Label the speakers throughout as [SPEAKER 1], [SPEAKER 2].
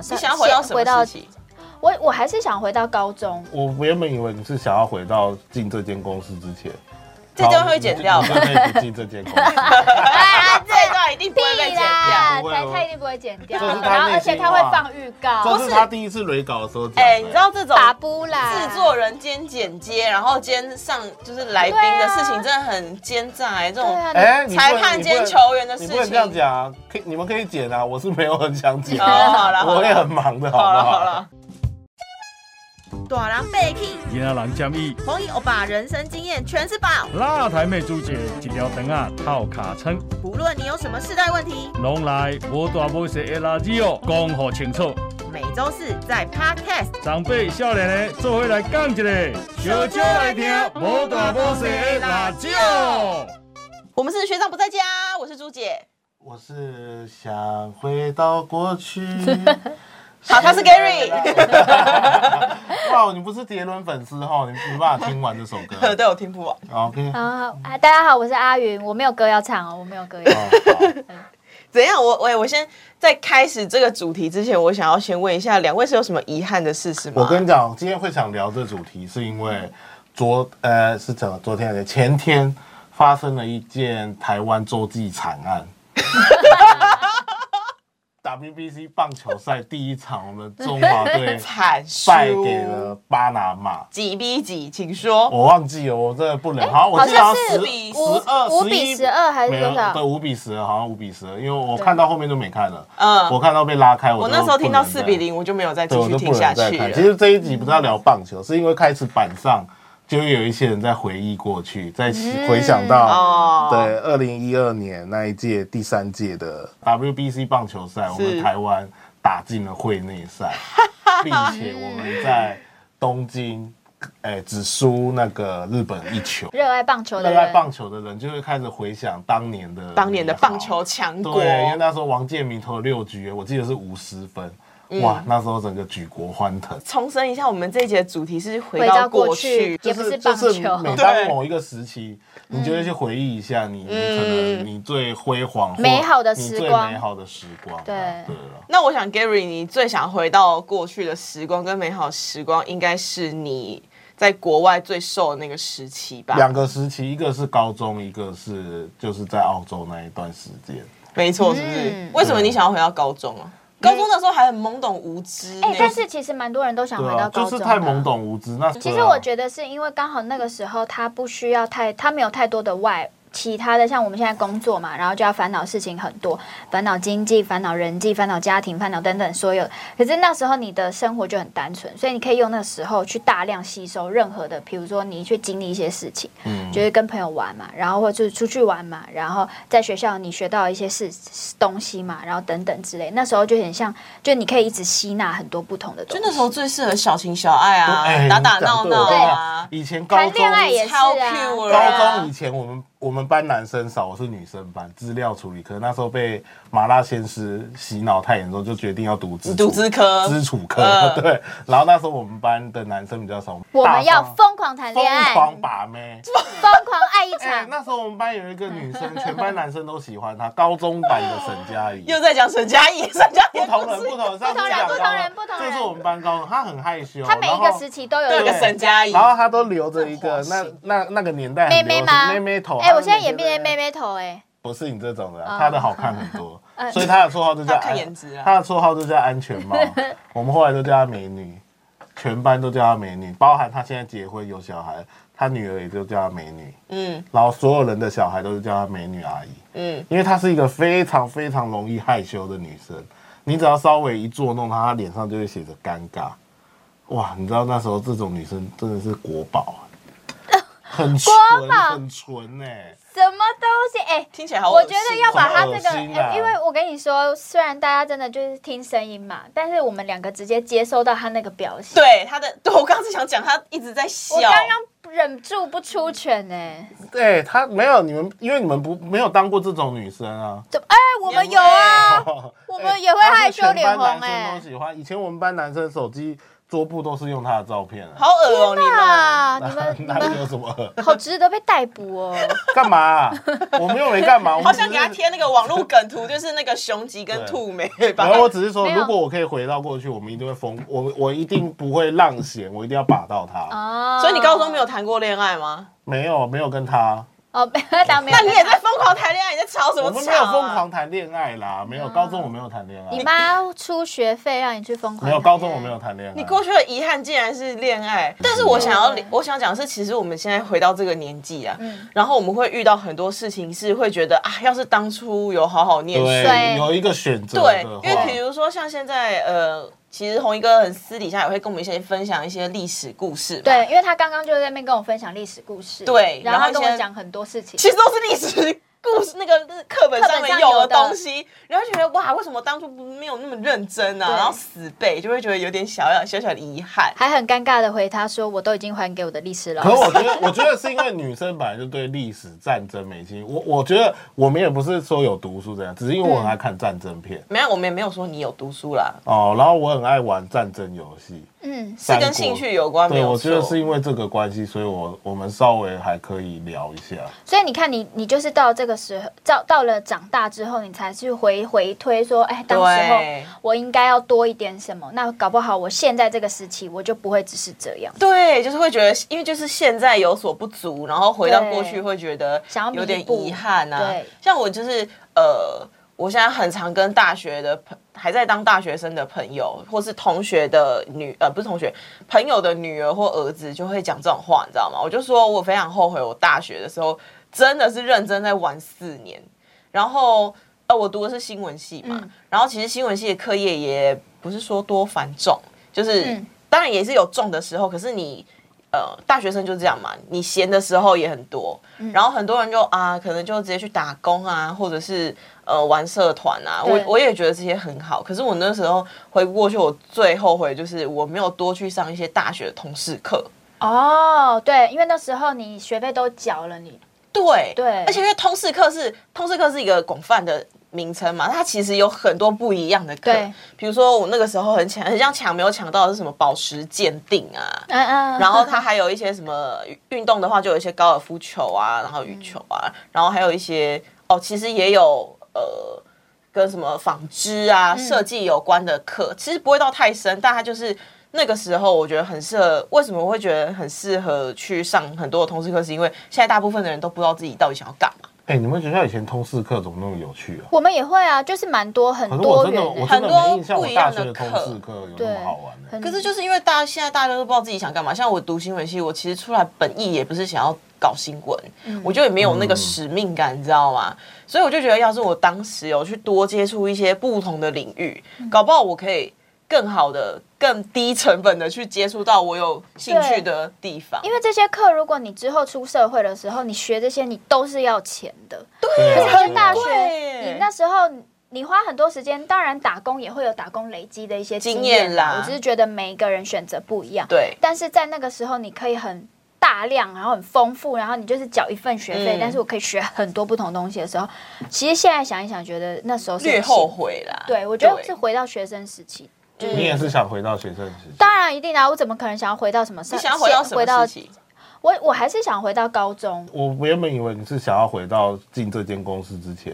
[SPEAKER 1] 你
[SPEAKER 2] 你想要回到什
[SPEAKER 1] 回
[SPEAKER 2] 么
[SPEAKER 1] 到
[SPEAKER 2] 时期？
[SPEAKER 1] 我我还是想回到高 中，
[SPEAKER 3] 我原本以为你是想要回到进这间公司之前，
[SPEAKER 2] 这段会剪掉
[SPEAKER 3] 你
[SPEAKER 2] 吧
[SPEAKER 3] 就你就可以不进这间公 司。
[SPEAKER 1] 啊，
[SPEAKER 2] 这一段一定不会被
[SPEAKER 1] 屁
[SPEAKER 2] 剪掉。
[SPEAKER 1] 啦，
[SPEAKER 3] 不会
[SPEAKER 1] 他
[SPEAKER 3] 哦
[SPEAKER 1] 他一定不会剪掉，
[SPEAKER 3] 这是他
[SPEAKER 1] 然后
[SPEAKER 3] 内
[SPEAKER 1] 而且
[SPEAKER 3] 心
[SPEAKER 1] 他会
[SPEAKER 3] 话
[SPEAKER 1] 放预
[SPEAKER 3] 这
[SPEAKER 1] 告，
[SPEAKER 3] 是他第一次雷稿的时候讲的。
[SPEAKER 2] 哎，你知道这种
[SPEAKER 1] 打不啦，
[SPEAKER 2] 制作人兼剪接，然后兼上就是来宾
[SPEAKER 1] 对
[SPEAKER 2] 的
[SPEAKER 1] 啊
[SPEAKER 2] 事情，真的很奸诈哎，这
[SPEAKER 1] 对
[SPEAKER 2] 种
[SPEAKER 1] 啊，你
[SPEAKER 3] 哎，你不能
[SPEAKER 2] 裁判兼球员的事
[SPEAKER 3] 你
[SPEAKER 2] 情
[SPEAKER 3] 不能这样讲啊！可以你们可以剪啊，我是没有很想剪
[SPEAKER 2] 哦，好了，好
[SPEAKER 3] 我也
[SPEAKER 2] 了，
[SPEAKER 3] 很忙的，好
[SPEAKER 2] 好了，
[SPEAKER 3] 不
[SPEAKER 2] 好
[SPEAKER 3] 好？
[SPEAKER 2] 了。短郎被 k
[SPEAKER 4] 爷仔人建议，
[SPEAKER 2] 红衣欧巴人生经验全是宝，
[SPEAKER 4] 那台妹主角一条肠啊套卡称，
[SPEAKER 2] 不论你有什么世代问题，
[SPEAKER 4] 拢来无大无小的垃圾哦，讲好清楚。
[SPEAKER 2] 每周四在 Podcast。
[SPEAKER 4] 长辈少年的做伙来讲一个，小酒来听无大无小的垃圾哦。
[SPEAKER 2] 我们是学长不在家，我是朱 姐。
[SPEAKER 3] 我是想回到过去。
[SPEAKER 2] 好，他是 Gary。
[SPEAKER 3] 哇，你不是杰伦粉丝哈，你没办法听完这首歌。
[SPEAKER 2] 对，我听不完。
[SPEAKER 3] OK，好
[SPEAKER 1] 啊啊！大家好，我是阿云，我没有歌要唱哦，我没有歌要唱。
[SPEAKER 2] 怎样？我我我先在开始这个主题之前，我想要先问一下，两位是有什么遗憾的事是吗？
[SPEAKER 3] 我跟你讲，今天会想聊这主题，是因为昨呃是怎么？昨天还是前天发生了一件台湾洲际惨案。WBC 棒球赛第一场，我们中华队
[SPEAKER 2] 惨输
[SPEAKER 3] 败给了巴拿马。
[SPEAKER 2] 几比几，请说。
[SPEAKER 3] 我忘记了，我真的不能。 好，我
[SPEAKER 1] 好
[SPEAKER 3] 记得
[SPEAKER 1] 像
[SPEAKER 3] 好像
[SPEAKER 1] 是
[SPEAKER 3] 十
[SPEAKER 2] 比
[SPEAKER 1] 五
[SPEAKER 3] 十二
[SPEAKER 1] 五比十二还是
[SPEAKER 3] 没有
[SPEAKER 1] 多
[SPEAKER 3] 对，
[SPEAKER 1] 少？
[SPEAKER 3] 五比十，好像五比十，因为我看到后面就没看了。
[SPEAKER 2] 嗯
[SPEAKER 3] 我看到被拉开，我
[SPEAKER 2] 我
[SPEAKER 3] 就
[SPEAKER 2] 那时候听到
[SPEAKER 3] 不能再
[SPEAKER 2] 四比，零，我就没有再继
[SPEAKER 3] 对，我
[SPEAKER 2] 续
[SPEAKER 3] 就
[SPEAKER 2] 听
[SPEAKER 3] 不
[SPEAKER 2] 下
[SPEAKER 3] 能再
[SPEAKER 2] 去
[SPEAKER 3] 看。
[SPEAKER 2] 了。
[SPEAKER 3] 其实这一集不是要聊棒球，是因为开始板上就有一些人在回忆过去，在回想到。
[SPEAKER 2] 嗯哦，
[SPEAKER 3] 对，二零一二年那一届第三届的 WBC 棒球赛，我
[SPEAKER 2] 是
[SPEAKER 3] 们台湾打进了会内 赛，并且我们在东京，哎、只输那个日本一球。
[SPEAKER 1] 热爱棒球的
[SPEAKER 3] 热爱
[SPEAKER 1] 人，
[SPEAKER 3] 棒球的人就会开始回想当年的
[SPEAKER 2] 当年的
[SPEAKER 3] 美好
[SPEAKER 2] 棒球强国
[SPEAKER 3] 对，因为那时候王建民投了六局，我记得是五十分，哇，那时候整个举国欢腾。
[SPEAKER 2] 重申一下，我们这一节的主题是回
[SPEAKER 1] 回
[SPEAKER 2] 到
[SPEAKER 1] 到
[SPEAKER 2] 过
[SPEAKER 1] 过
[SPEAKER 2] 去
[SPEAKER 1] 去。也
[SPEAKER 3] 就
[SPEAKER 1] 不
[SPEAKER 3] 是
[SPEAKER 1] 是
[SPEAKER 3] 就
[SPEAKER 1] 棒球
[SPEAKER 3] 是
[SPEAKER 2] 对
[SPEAKER 3] 每当某一个时期，你就会去回忆一下你你可能你最辉煌或
[SPEAKER 1] 美好的时
[SPEAKER 3] 你最
[SPEAKER 1] 光
[SPEAKER 3] 美好的时光啊。
[SPEAKER 1] 对
[SPEAKER 3] 对了，
[SPEAKER 2] 那我想，Gary，你最想回到过去的时光跟美好时光，应该是你在国外最瘦的那个时期吧？
[SPEAKER 3] 两个时期，一个是高中，一个是就是在澳洲那一段时间。
[SPEAKER 2] 没错，是不是？
[SPEAKER 1] 嗯
[SPEAKER 2] 为什么你想要回到高中啊？高中的时候还很懵懂无知呢、
[SPEAKER 1] 哎，但是其实蛮多人都想
[SPEAKER 3] 对
[SPEAKER 1] 回
[SPEAKER 3] 啊
[SPEAKER 1] 到，
[SPEAKER 3] 就
[SPEAKER 1] 高
[SPEAKER 3] 是
[SPEAKER 1] 中，
[SPEAKER 3] 太懵。懂无知。那啊
[SPEAKER 1] 其实我觉得是因为刚好那个时候他不需要太，他没有太多的外其他的，像我们现在工作嘛，然后就要烦恼事情很多，烦恼经济、烦恼人际、烦恼家庭、烦恼等等所有。可是那时候你的生活就很单纯，所以你可以用那个时候去大量吸收任何的，比如说你去经历一些事情，
[SPEAKER 3] 嗯
[SPEAKER 1] 就是跟朋友玩嘛，然后或者是出去玩嘛，然后在学校你学到一些事东西嘛，然后等等之类。那时候就很像，就你可以一直吸纳很多不同的东
[SPEAKER 2] 就
[SPEAKER 1] 西。
[SPEAKER 2] 那时候最适合小情小爱啊，
[SPEAKER 3] 哎
[SPEAKER 2] 打打闹闹啊，
[SPEAKER 3] 对以前高
[SPEAKER 1] 谈
[SPEAKER 3] 中
[SPEAKER 1] 恋爱也是
[SPEAKER 2] 超
[SPEAKER 1] 啊，
[SPEAKER 2] cute
[SPEAKER 1] 对啊
[SPEAKER 3] 高中以前我们我们班男生少，我是女生班，资料处理科。那时候被麻辣鲜师洗脑太严重，就决定要读资
[SPEAKER 2] 读资科
[SPEAKER 3] 资处科、
[SPEAKER 2] 嗯
[SPEAKER 3] 对。然后那时候我们班的男生比较少，
[SPEAKER 1] 我们要
[SPEAKER 3] 大
[SPEAKER 1] 疯狂谈
[SPEAKER 3] 方
[SPEAKER 1] 恋爱，啊
[SPEAKER 3] 疯狂
[SPEAKER 1] 疯
[SPEAKER 3] 把妹。
[SPEAKER 1] 狂爱一
[SPEAKER 3] 哎
[SPEAKER 1] 场。
[SPEAKER 3] 那时候我们班有一个女生，全班男生都喜 欢她，高中版的沈佳宜。
[SPEAKER 2] 又在讲沈佳宜，沈佳宜
[SPEAKER 3] 不同人，
[SPEAKER 2] 是
[SPEAKER 3] 不同人，上次
[SPEAKER 1] 同人
[SPEAKER 3] 讲
[SPEAKER 1] 不同
[SPEAKER 3] 到
[SPEAKER 1] 人不同
[SPEAKER 3] 这
[SPEAKER 1] 人
[SPEAKER 3] 是我们班高中，她很害羞。
[SPEAKER 1] 他每一
[SPEAKER 3] 然
[SPEAKER 1] 个
[SPEAKER 3] 后
[SPEAKER 1] 时期都有
[SPEAKER 2] 都有
[SPEAKER 1] 一
[SPEAKER 2] 个
[SPEAKER 1] 个
[SPEAKER 3] 对
[SPEAKER 2] 沈佳宜
[SPEAKER 3] 然，后他都留着一个
[SPEAKER 2] 这
[SPEAKER 3] 那
[SPEAKER 2] 种花
[SPEAKER 3] 那那个年代
[SPEAKER 1] 妹
[SPEAKER 3] 很流
[SPEAKER 1] 妹
[SPEAKER 3] 行
[SPEAKER 1] 吗？
[SPEAKER 3] 妹妹头。
[SPEAKER 1] 哎，我现在也
[SPEAKER 3] 变
[SPEAKER 1] 变成妹妹头哎，
[SPEAKER 3] 不是你这种的啊，
[SPEAKER 1] 哦
[SPEAKER 3] 他的好看很多，
[SPEAKER 1] 嗯
[SPEAKER 3] 所以他的绰号就叫
[SPEAKER 2] 呃他看
[SPEAKER 3] 安
[SPEAKER 2] 颜值啊
[SPEAKER 3] 他的绰号就叫安全 帽。我们后来都叫她美女，全班都叫她美女，包含她现在结婚有小孩，她女儿也就叫她美女，
[SPEAKER 2] 嗯
[SPEAKER 3] 然后所有人的小孩都是叫她美女阿姨，
[SPEAKER 2] 嗯，
[SPEAKER 3] 因为她是一个非常非常容易害羞的女生，你只要稍微一捉弄她，她脸上就会写着尴尬。哇，你知道那时候这种女生真的是国宝啊， 很纯
[SPEAKER 1] 国宝
[SPEAKER 3] 很纯哎、
[SPEAKER 1] 什么东西哎？
[SPEAKER 2] 听起来好恶
[SPEAKER 1] 我
[SPEAKER 2] 心。哦啊
[SPEAKER 1] 觉得要把他这个，
[SPEAKER 3] 好恶心啊
[SPEAKER 1] 哎因为我跟你说，虽然大家真的就是听声音嘛，但是我们两个直接接收到他那个表情。
[SPEAKER 2] 对他的，对我刚刚是想讲他一直在笑
[SPEAKER 1] 我，刚刚忍住不出拳哎呢、
[SPEAKER 3] 对她没有你们，因为你们不没有当过这种女生啊。
[SPEAKER 1] 怎么？哎、我们 有啊，我们也会害羞脸红
[SPEAKER 2] 哎
[SPEAKER 3] 哎她是全班男生都喜欢。以前我们班男生手机桌布都是用她的照片啊，
[SPEAKER 2] 好恶哦、你们。
[SPEAKER 1] 啊，你们你
[SPEAKER 3] 哪里有
[SPEAKER 1] 们
[SPEAKER 3] 什么恶？
[SPEAKER 1] 好值得被逮捕哦！
[SPEAKER 3] 干嘛啊？我没有没干 嘛，我
[SPEAKER 2] 好
[SPEAKER 3] 们只
[SPEAKER 2] 想给他
[SPEAKER 3] 是。
[SPEAKER 2] 贴那个网络梗图，就是那个雄鸡跟兔妹，把
[SPEAKER 3] 然
[SPEAKER 2] 它
[SPEAKER 3] 后我只是说，
[SPEAKER 1] 没有
[SPEAKER 3] 如果我可以回到过去，我们一定会疯，我我一定不会浪险，我一定要把到他。
[SPEAKER 1] 哦，
[SPEAKER 2] 所以你高中没有谈过恋爱吗？
[SPEAKER 3] 没有，没有跟他，
[SPEAKER 1] 哦，没有当没有
[SPEAKER 2] 那你也在疯狂谈恋爱，你在吵什
[SPEAKER 3] 我
[SPEAKER 2] 么
[SPEAKER 3] 们
[SPEAKER 2] 吵、
[SPEAKER 3] 没
[SPEAKER 2] 啊？
[SPEAKER 3] 有疯狂谈恋爱啦，没有，高中我没有谈恋
[SPEAKER 1] 啊你
[SPEAKER 3] 爱，
[SPEAKER 1] 妈出学费让你去疯狂，
[SPEAKER 3] 没有，高中我没有。谈恋爱。
[SPEAKER 2] 你过去的遗憾竟然是恋爱，但是我想要
[SPEAKER 1] 对，
[SPEAKER 2] 我想讲的是，其实我们现在回到这个年纪啊，然后我们会遇到很多事情，是会觉得啊，要是当初有好好念书，
[SPEAKER 1] 对
[SPEAKER 3] 对，有一个选择
[SPEAKER 2] 对
[SPEAKER 3] 的话，，
[SPEAKER 2] 因为比如说像现在呃，其实红一哥很私底下也会跟我们一些分享一些历史故事嘛，
[SPEAKER 1] 对，因为他刚刚就在那边跟我分享历史故事，
[SPEAKER 2] 对
[SPEAKER 1] 然
[SPEAKER 2] 然
[SPEAKER 1] 后
[SPEAKER 2] 后
[SPEAKER 1] 他
[SPEAKER 2] 一
[SPEAKER 1] 跟
[SPEAKER 2] 些
[SPEAKER 1] 我讲很多事情，
[SPEAKER 2] 其实都是历史故事那个课本上面有的东西，然后就觉得哇，为什么当初不没有那么认真啊？
[SPEAKER 1] 对
[SPEAKER 2] 然后死背，就会觉得有点小小小小的遗憾。
[SPEAKER 1] 还很尴尬的回他说：“我都已经还给我的历史老
[SPEAKER 3] 可
[SPEAKER 1] 师。
[SPEAKER 3] 我觉得，我觉得是因为女生本来就对历史、战争没兴趣。我我觉得我们也不是说有读书这样，只是因为我很爱看战争片、
[SPEAKER 2] 没有，我们也没有说你有读书啦，
[SPEAKER 3] 哦，然后我很爱玩战争游戏。”
[SPEAKER 1] 嗯，
[SPEAKER 2] 是
[SPEAKER 3] 三国
[SPEAKER 2] 跟兴趣有关，没
[SPEAKER 3] 对，
[SPEAKER 2] 有
[SPEAKER 3] 我觉得
[SPEAKER 2] 错
[SPEAKER 3] 是因为这个关系，所以我我们稍微还可以聊一下。
[SPEAKER 1] 所以你看你，你就是到这个时候，到到了长大之后，你才去回回推说，哎，当时候
[SPEAKER 2] 对
[SPEAKER 1] 我应该要多一点什么？那搞不好我现在这个时期，我就不会只是这样。
[SPEAKER 2] 对，就是会觉得，因为就是现在有所不足，然后回到过去
[SPEAKER 1] 对
[SPEAKER 2] 会觉得
[SPEAKER 1] 想要弥补
[SPEAKER 2] 有点遗憾啊
[SPEAKER 1] 对。
[SPEAKER 2] 像我就是呃，我现在很常跟大学的朋，还在当大学生的朋友，或是同学的女呃，不是同学，朋友的女儿或儿子就会讲这种话，你知道吗？我就说我非常后悔，我大学的时候真的是认真在玩四年，然后呃，我读的是新闻系
[SPEAKER 1] 嗯
[SPEAKER 2] 嘛，然后其实新闻系的课业也不是说多繁重，就是、
[SPEAKER 1] 嗯
[SPEAKER 2] 当然也是有重的时候，可是你呃，大学生就这样嘛，你闲的时候也很多，
[SPEAKER 1] 嗯
[SPEAKER 2] 然后很多人就啊，可能就直接去打工啊，或者是呃玩社团啊。我
[SPEAKER 1] 对
[SPEAKER 2] 我也觉得这些很好，可是我那时候回过去，我最后悔就是我没有多去上一些大学的通识课。
[SPEAKER 1] 哦，对，因为那时候你学费都缴了你，
[SPEAKER 2] 对
[SPEAKER 1] 对
[SPEAKER 2] 而且因为通识课是通识课是一个广泛的名称嘛，它其实有很多不一样的课
[SPEAKER 1] 对，
[SPEAKER 2] 比如说我那个时候很抢，很像抢没有抢到的是什么宝石鉴定啊，
[SPEAKER 1] 嗯嗯，
[SPEAKER 2] 然后它还有一些什么运动的话，就有一些高尔夫球啊，然后羽球啊，然后还有一些哦，其实也有呃跟什么纺织啊、设计有关的课，其实不会到太深，但它就是那个时候我觉得很适合。为什么我会觉得很适合去上很多的通识课？是因为现在大部分的人都不知道自己到底想要干嘛。
[SPEAKER 3] 哎、你们学校以前通识课怎么那么有趣 啊？
[SPEAKER 1] 我们也会啊，就是蛮多很
[SPEAKER 3] 可是我
[SPEAKER 1] 多
[SPEAKER 3] 真
[SPEAKER 1] 元
[SPEAKER 3] 的
[SPEAKER 1] 的、
[SPEAKER 3] 我真的没印象，我大学的通
[SPEAKER 2] 很多不一
[SPEAKER 3] 识
[SPEAKER 2] 样的
[SPEAKER 3] 课有那
[SPEAKER 1] 对
[SPEAKER 3] 么好玩的、
[SPEAKER 1] 很
[SPEAKER 2] 可是就是因为大家现在大家都不知道自己想干嘛，像我读新闻系，我其实出来本意也不是想要搞新闻，
[SPEAKER 1] 嗯
[SPEAKER 2] 我就也没有
[SPEAKER 3] 嗯
[SPEAKER 2] 那个使命感，你知道吗？所以我就觉得，要是我当时有去多接触一些不同的领域，
[SPEAKER 1] 嗯
[SPEAKER 2] 搞不好我可以更好的、更低成本的去接触到我有兴趣的地方。
[SPEAKER 1] 因为这些课，如果你之后出社会的时候，你学这些，你都是要钱的。
[SPEAKER 3] 对
[SPEAKER 1] 可
[SPEAKER 3] 啊，
[SPEAKER 1] 是你在大
[SPEAKER 2] 很贵
[SPEAKER 1] 学，你那时候你花很多时间，当然打工也会有打工累积的一些
[SPEAKER 2] 经
[SPEAKER 1] 经
[SPEAKER 2] 验
[SPEAKER 1] 验啦
[SPEAKER 2] 啦。
[SPEAKER 1] 我只是觉得每一个人选择不一样。，
[SPEAKER 2] 对，
[SPEAKER 1] 但是在那个时候，你可以很大量，然后很丰富，然后你就是缴一份学费，
[SPEAKER 2] 嗯
[SPEAKER 1] 但是我可以学很多不同东西的时候，其实现在想一想，觉得那时候是
[SPEAKER 2] 略
[SPEAKER 1] 很
[SPEAKER 2] 后
[SPEAKER 1] 幸福。
[SPEAKER 2] 悔啦。
[SPEAKER 1] 对，我觉得
[SPEAKER 2] 对
[SPEAKER 1] 是回到学生时期。
[SPEAKER 2] 嗯
[SPEAKER 3] 你也是想回到学生时期，
[SPEAKER 1] 当然一定啊啦，我怎么可能想要回到什么？
[SPEAKER 2] 你想要回到什
[SPEAKER 1] 回
[SPEAKER 2] 么
[SPEAKER 1] 到
[SPEAKER 2] 事情？
[SPEAKER 1] 我我还是想回到高 中。
[SPEAKER 3] 我原本以为你是想要回到进这间公司之前，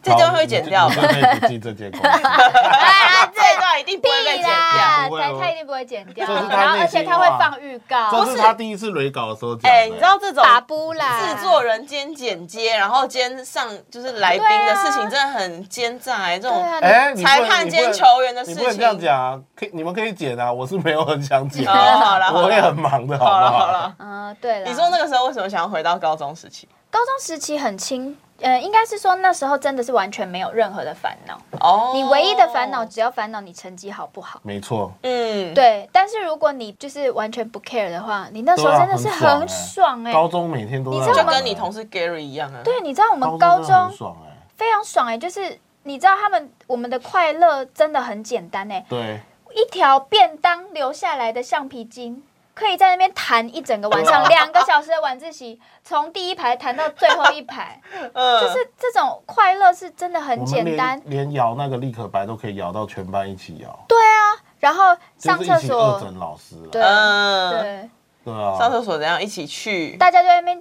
[SPEAKER 2] 这段会剪掉
[SPEAKER 3] 你
[SPEAKER 2] 吧
[SPEAKER 3] 就？你就可以不进这间公司。
[SPEAKER 1] 啊，
[SPEAKER 2] 哎这一段一定不会被剪掉。
[SPEAKER 1] 啦，
[SPEAKER 3] 不会
[SPEAKER 1] 他
[SPEAKER 3] 哦
[SPEAKER 1] 他一定不会剪掉，
[SPEAKER 3] 这是他
[SPEAKER 1] 然后而且
[SPEAKER 3] 内心
[SPEAKER 1] 他
[SPEAKER 3] 话
[SPEAKER 1] 会放预告
[SPEAKER 3] 这，是他第一次雷稿的时候讲的、
[SPEAKER 2] 哎、你知道这种
[SPEAKER 1] 打不啦，
[SPEAKER 2] 制作人兼剪接，然后兼上就是来宾
[SPEAKER 1] 对
[SPEAKER 2] 的
[SPEAKER 1] 啊
[SPEAKER 2] 事情，真的很奸诈哎、这
[SPEAKER 1] 对
[SPEAKER 2] 种。
[SPEAKER 1] 啊，
[SPEAKER 3] 哎、
[SPEAKER 1] 你
[SPEAKER 3] 你不能
[SPEAKER 2] 裁判兼
[SPEAKER 3] 你不能
[SPEAKER 2] 球员的事情
[SPEAKER 3] 你不能这样讲啊！可以，你们可以剪啊，我是没有很想剪，
[SPEAKER 2] 哦好啦好啦
[SPEAKER 3] 我也很忙的，好不
[SPEAKER 2] 好了
[SPEAKER 3] 好？
[SPEAKER 2] 好了，
[SPEAKER 1] 嗯，对了，
[SPEAKER 2] 你说那个时候为什么想要回到高中时期？
[SPEAKER 1] 高中时期很轻，呃，应该是说那时候真的是完全没有任何的烦恼，
[SPEAKER 2] 哦，
[SPEAKER 1] 你唯一的烦恼，只要烦恼你成绩好不好。
[SPEAKER 3] 没错，
[SPEAKER 2] 嗯，
[SPEAKER 1] 对，但是如果你就是完全不 care 的话，你那时候
[SPEAKER 3] 对啊
[SPEAKER 1] 真的是很
[SPEAKER 3] 很欸
[SPEAKER 1] 爽哎、
[SPEAKER 3] 高中每天都在
[SPEAKER 1] 你知道
[SPEAKER 2] 就
[SPEAKER 1] 我们
[SPEAKER 2] 跟你同事 Gary 一样啊。
[SPEAKER 1] 对，你知道我们高
[SPEAKER 3] 高真的
[SPEAKER 1] 中
[SPEAKER 3] 很爽哎、
[SPEAKER 1] 非常爽哎、就是你知道他们我们的快乐真的很简单哎、
[SPEAKER 3] 对，
[SPEAKER 1] 一条便当留下来的橡皮筋，可以在那边弹一整个晚 上，两个小时的晚自习，从第一排弹到最后一 排，
[SPEAKER 2] 嗯，
[SPEAKER 1] 就
[SPEAKER 2] 就是
[SPEAKER 1] 这种快乐是真的
[SPEAKER 3] 我
[SPEAKER 1] 很
[SPEAKER 3] 们
[SPEAKER 1] 简
[SPEAKER 3] 连
[SPEAKER 1] 单。
[SPEAKER 3] 连摇那个立可白都可以摇到全班一起摇，
[SPEAKER 1] 对啊，然后上
[SPEAKER 3] 就是
[SPEAKER 1] 厕
[SPEAKER 3] 一群二
[SPEAKER 1] 所
[SPEAKER 3] 诊，老师了，
[SPEAKER 1] 对
[SPEAKER 2] 嗯，
[SPEAKER 1] 对，
[SPEAKER 3] 对啊，
[SPEAKER 2] 上厕所怎样一起去？
[SPEAKER 1] 大家就在那边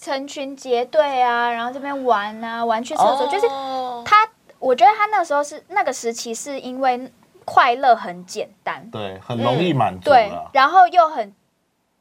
[SPEAKER 1] 成群结队啊，然后这边玩啊，玩去厕所，就是
[SPEAKER 2] 哦
[SPEAKER 1] 他，我觉得他那时候是那个时期，是因为快乐很简单，
[SPEAKER 3] 对，很容易满足
[SPEAKER 1] 对
[SPEAKER 3] 了，。
[SPEAKER 1] 然后又很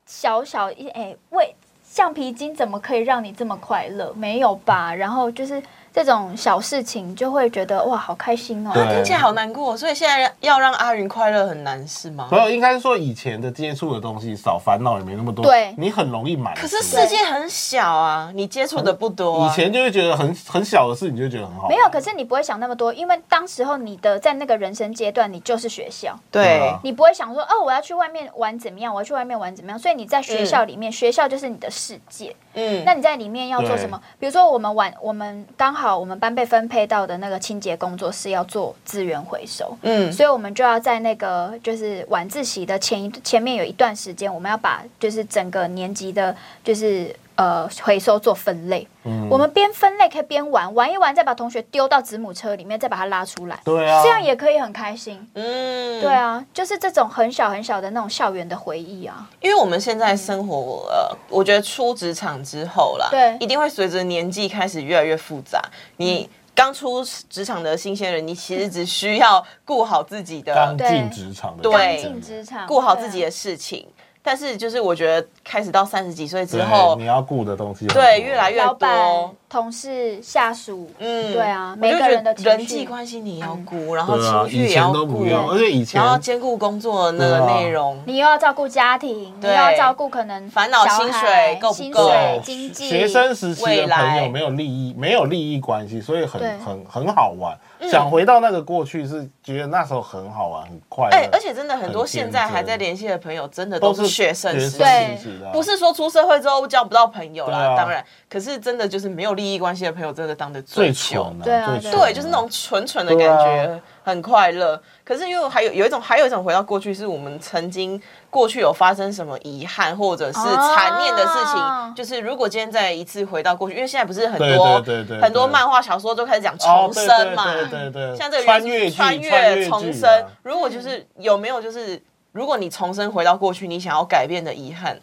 [SPEAKER 1] 小小一哎，为橡皮筋怎么可以让你这么快乐？没有吧？然后就是这种小事情，就会觉得哇，好开心哦。
[SPEAKER 3] 对
[SPEAKER 2] 听起来好难过，所以现在要让阿云快乐很难是吗
[SPEAKER 3] 没？有，应该是说以前的接触的东西少，烦恼也没那么多，
[SPEAKER 1] 对
[SPEAKER 3] 你很容易满足。啊
[SPEAKER 2] 可是世界很小啊，你接触的不多、啊。
[SPEAKER 3] 以前就会觉得很很小的事，你就觉得很好玩。
[SPEAKER 1] 没有，可是你不会想那么多，因为当时候你的在那个人生阶段，你就是学校，
[SPEAKER 3] 对
[SPEAKER 2] 对
[SPEAKER 3] 啊
[SPEAKER 1] 你不会想说哦，我要去外面玩怎么样，我要去外面玩怎么样。所以你在学
[SPEAKER 3] 嗯
[SPEAKER 1] 校里面，学校就是你的世界。
[SPEAKER 2] 嗯，
[SPEAKER 1] 那你在里面要做
[SPEAKER 3] 对
[SPEAKER 1] 什么？比如说，我们晚我们刚好我们班被分配到的那个清洁工作室要做资源回收，
[SPEAKER 2] 嗯
[SPEAKER 1] 所以我们就要在那个就是晚自习的前一前面有一段时间，我们要把就是整个年级的，就是呃回收做分类。
[SPEAKER 2] 嗯
[SPEAKER 1] 我们边分类可以边玩，玩一玩再把同学丢到子母车里面，再把它拉出来，
[SPEAKER 3] 对啊，
[SPEAKER 1] 这样也可以很开心。
[SPEAKER 2] 嗯，
[SPEAKER 1] 对啊，就是这种很小很小的那种校园的回忆啊。
[SPEAKER 2] 因为我们现在生活，呃，我觉得出职场之后啦，
[SPEAKER 1] 对嗯
[SPEAKER 2] 一定会随着年纪开始越来越复杂。你刚出职场的新鲜人，你其实只需要顾好自己
[SPEAKER 3] 刚
[SPEAKER 2] 的，
[SPEAKER 3] 进职场的
[SPEAKER 2] 对
[SPEAKER 3] 感觉
[SPEAKER 1] 进职场，
[SPEAKER 2] 哎顾好自己
[SPEAKER 1] 对啊
[SPEAKER 2] 的事情。但是就是我觉得开始到三十几岁之
[SPEAKER 3] 对
[SPEAKER 2] 后
[SPEAKER 3] 你，要顾的东西很多
[SPEAKER 2] 对越来越
[SPEAKER 1] 老板
[SPEAKER 2] 多。、
[SPEAKER 1] 同事、下属，
[SPEAKER 2] 嗯
[SPEAKER 1] 对啊，
[SPEAKER 2] 我
[SPEAKER 1] 每
[SPEAKER 2] 就
[SPEAKER 1] 个
[SPEAKER 2] 觉
[SPEAKER 1] 人
[SPEAKER 2] 得
[SPEAKER 1] 的情
[SPEAKER 2] 人
[SPEAKER 1] 绪嗯
[SPEAKER 2] 际关系你要顾，然后
[SPEAKER 3] 对啊，
[SPEAKER 2] 情绪
[SPEAKER 3] 以
[SPEAKER 2] 也
[SPEAKER 3] 前
[SPEAKER 2] 要
[SPEAKER 3] 都
[SPEAKER 2] 顾
[SPEAKER 3] 不，用，而且以前
[SPEAKER 2] 然后兼顾工作的那个
[SPEAKER 3] 对啊
[SPEAKER 2] 内容。
[SPEAKER 1] 你又要照顾家庭，你
[SPEAKER 2] 对
[SPEAKER 1] 又要照顾可能
[SPEAKER 2] 烦恼
[SPEAKER 1] 小
[SPEAKER 2] 薪水
[SPEAKER 1] 孩
[SPEAKER 2] 够不
[SPEAKER 1] 薪
[SPEAKER 2] 够
[SPEAKER 1] 水
[SPEAKER 3] 对
[SPEAKER 1] 经济
[SPEAKER 3] 哦学生时期
[SPEAKER 2] 未
[SPEAKER 3] 的
[SPEAKER 2] 来
[SPEAKER 3] 朋友没有利益，没有利益关系，所以
[SPEAKER 1] 对嗯
[SPEAKER 3] 很很很好玩。想回到那个过去，是觉得那时候很好玩，很快乐。
[SPEAKER 2] 哎、而且真的很多
[SPEAKER 3] 很天
[SPEAKER 2] 现在还
[SPEAKER 3] 真
[SPEAKER 2] 在联系的朋友，真的
[SPEAKER 3] 都
[SPEAKER 2] 都
[SPEAKER 3] 是
[SPEAKER 2] 是学生时
[SPEAKER 3] 时
[SPEAKER 2] 代
[SPEAKER 1] 对
[SPEAKER 3] 期的啊，
[SPEAKER 2] 不是说出社会之后交不到朋友啦，
[SPEAKER 3] 对啊
[SPEAKER 2] 当然，可是真的就是没有利益关系的朋友，真的当的
[SPEAKER 3] 最
[SPEAKER 2] 久。
[SPEAKER 3] 蠢的，
[SPEAKER 1] 对啊对
[SPEAKER 3] 最蠢
[SPEAKER 1] 啊
[SPEAKER 3] 的
[SPEAKER 2] 对，就是那种蠢蠢的感
[SPEAKER 3] 对啊
[SPEAKER 2] 觉，很快乐。可是又还有有一种，还有一种回到过去，是我们曾经过去有发生什么遗憾或者是残念的事情。
[SPEAKER 1] 哦
[SPEAKER 2] 就是如果今天再一次回到过去，因为现在不是很
[SPEAKER 3] 对
[SPEAKER 2] 多
[SPEAKER 3] 对对对对
[SPEAKER 2] 很多漫画小说都开始讲
[SPEAKER 3] 哦
[SPEAKER 2] 重生嘛，
[SPEAKER 3] 对对对对对，
[SPEAKER 2] 像这个
[SPEAKER 3] 穿越剧
[SPEAKER 2] 穿
[SPEAKER 3] 穿
[SPEAKER 2] 越
[SPEAKER 3] 越
[SPEAKER 2] 重
[SPEAKER 3] 剧
[SPEAKER 2] 生
[SPEAKER 3] 啊，
[SPEAKER 2] 如果就是有没有就是，如果你重生回到过去，你想要改变的遗憾，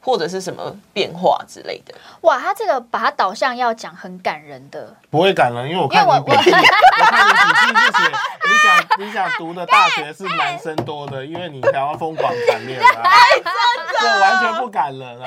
[SPEAKER 2] 或者是什么变化之类的，
[SPEAKER 1] 哇，他这个把他导向要讲很感人的，
[SPEAKER 3] 不会感人，因为我看
[SPEAKER 1] 因为我
[SPEAKER 3] 你 笔记，我看你笔记是写你想你想读的大学是男生多的，因为你想要疯狂谈恋
[SPEAKER 2] 哎
[SPEAKER 3] 爱，啊这完全不感人啊！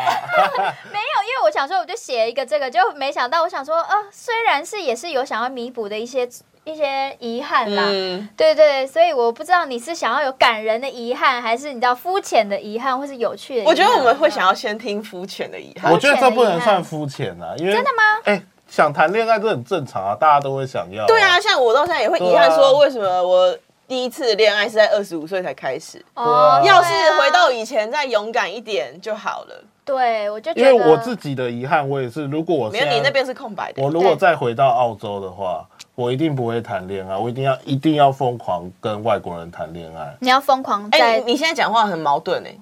[SPEAKER 1] 没有，因为我想说我就写了一个这个，就没想到我想说，呃，虽然是也是有想要弥补的一些一些遗憾啦。
[SPEAKER 2] 嗯，
[SPEAKER 1] 对对对，所以我不知道你是想要有感人的遗憾，还是你知道肤浅的遗憾，或是有趣的遗憾。
[SPEAKER 2] 我觉得我们会想要先听肤浅的遗憾
[SPEAKER 3] 我。觉得这不能算肤浅啊，因为真的吗？哎，想谈恋爱这很正常啊，大家都会想要。
[SPEAKER 2] 对啊，，像我到现在也会遗憾说，为什么我第一次恋爱是在二十五岁才开始？
[SPEAKER 1] 哦，
[SPEAKER 2] 要是
[SPEAKER 1] 对啊
[SPEAKER 2] 回到以前再勇敢一点就好了。
[SPEAKER 1] 对，我就觉
[SPEAKER 3] 因
[SPEAKER 1] 得
[SPEAKER 3] 为我自己的遗憾，我也是，如果我
[SPEAKER 2] 没有
[SPEAKER 3] 现在
[SPEAKER 2] 你那边是空白的
[SPEAKER 3] 我，如果再回到澳洲的话，我一定不会谈恋爱，我一定要一定要疯狂跟外国人谈恋爱。
[SPEAKER 1] 你要疯狂
[SPEAKER 2] 哎、
[SPEAKER 1] 在
[SPEAKER 2] 你你现在讲话很矛盾哎、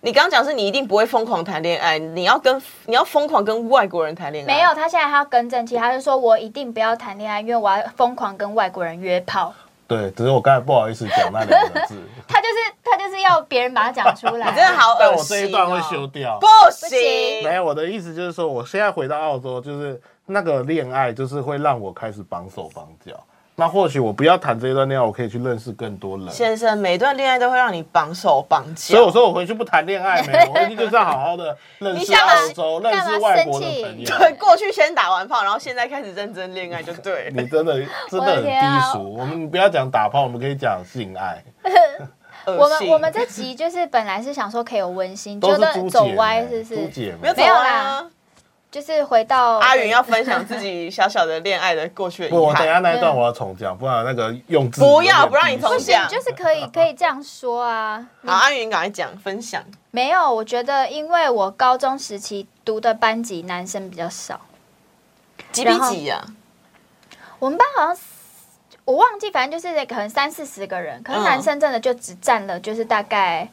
[SPEAKER 2] 你刚讲是你一定不会疯狂谈恋爱，你要跟你要疯狂跟外国人谈恋爱，
[SPEAKER 1] 没有，他现在还要更正，其实他就说我一定不要谈恋爱，因为我要疯狂跟外国人约炮。
[SPEAKER 3] 对，只是我刚才不好意思讲那两 个字。
[SPEAKER 1] 他就是他就是要别人把他讲 出来。
[SPEAKER 2] 真的好恶心、哦
[SPEAKER 3] 但我这一段
[SPEAKER 1] 哦
[SPEAKER 3] 会修，掉。
[SPEAKER 2] 不
[SPEAKER 1] 行
[SPEAKER 3] 没
[SPEAKER 2] 行。
[SPEAKER 3] 有，我的意思就是说，我现在回到澳洲，就是那个恋爱，就是会让我开始绑手绑脚。那或许我不要谈这一段恋爱，我可以去认识更多人。
[SPEAKER 2] 先生，每段恋爱都会让你绑手绑脚，
[SPEAKER 3] 所以我说我回去不谈恋爱没有，我回去就是要好 好的认
[SPEAKER 2] 你
[SPEAKER 3] 识
[SPEAKER 2] 干嘛
[SPEAKER 3] 澳洲，认
[SPEAKER 1] 干嘛
[SPEAKER 3] 识外国的
[SPEAKER 1] 生气
[SPEAKER 3] 朋友。
[SPEAKER 2] 对过去先打完炮，然后现在开始认真恋爱就对 了。
[SPEAKER 3] 你 真的真
[SPEAKER 1] 我
[SPEAKER 3] 的
[SPEAKER 1] 的
[SPEAKER 3] 很
[SPEAKER 1] 天啊
[SPEAKER 3] 低俗。我们不要讲打炮，我们可以讲性爱。
[SPEAKER 1] 我
[SPEAKER 2] 恶
[SPEAKER 1] 们
[SPEAKER 2] 心
[SPEAKER 1] 我们这集就是本来是想说可以有温馨，
[SPEAKER 3] 都
[SPEAKER 1] 就是都
[SPEAKER 3] 朱
[SPEAKER 1] 走
[SPEAKER 3] 姐
[SPEAKER 1] 歪，
[SPEAKER 3] 呢
[SPEAKER 1] 是不
[SPEAKER 3] 朱
[SPEAKER 1] 是？
[SPEAKER 3] 姐
[SPEAKER 2] 没有
[SPEAKER 3] 们
[SPEAKER 2] 走完
[SPEAKER 1] 没有
[SPEAKER 2] 啊。
[SPEAKER 1] 就是回到
[SPEAKER 2] 阿云要分享自己小小的恋爱的过去的
[SPEAKER 3] 不，
[SPEAKER 2] 遗
[SPEAKER 3] 我等一
[SPEAKER 2] 憾。
[SPEAKER 3] 下那一段我要重讲，不然那个用字
[SPEAKER 2] 不要
[SPEAKER 3] 有点
[SPEAKER 2] 不让你
[SPEAKER 3] 低
[SPEAKER 1] 嗯
[SPEAKER 2] 重
[SPEAKER 1] 不
[SPEAKER 3] 俗
[SPEAKER 1] 是
[SPEAKER 2] 讲
[SPEAKER 1] 你就是可以可以这样说啊。
[SPEAKER 2] 好，阿云赶快讲分享。
[SPEAKER 1] 没有，我觉得因为我高中时期读的班级男生比较少，
[SPEAKER 2] 几
[SPEAKER 1] 然
[SPEAKER 2] 比
[SPEAKER 1] 后
[SPEAKER 2] 几啊呀、
[SPEAKER 1] 我们班好像四我忘记，反正就是可能三四十个人，可是
[SPEAKER 2] 嗯
[SPEAKER 1] 男生真的就只占了就是大概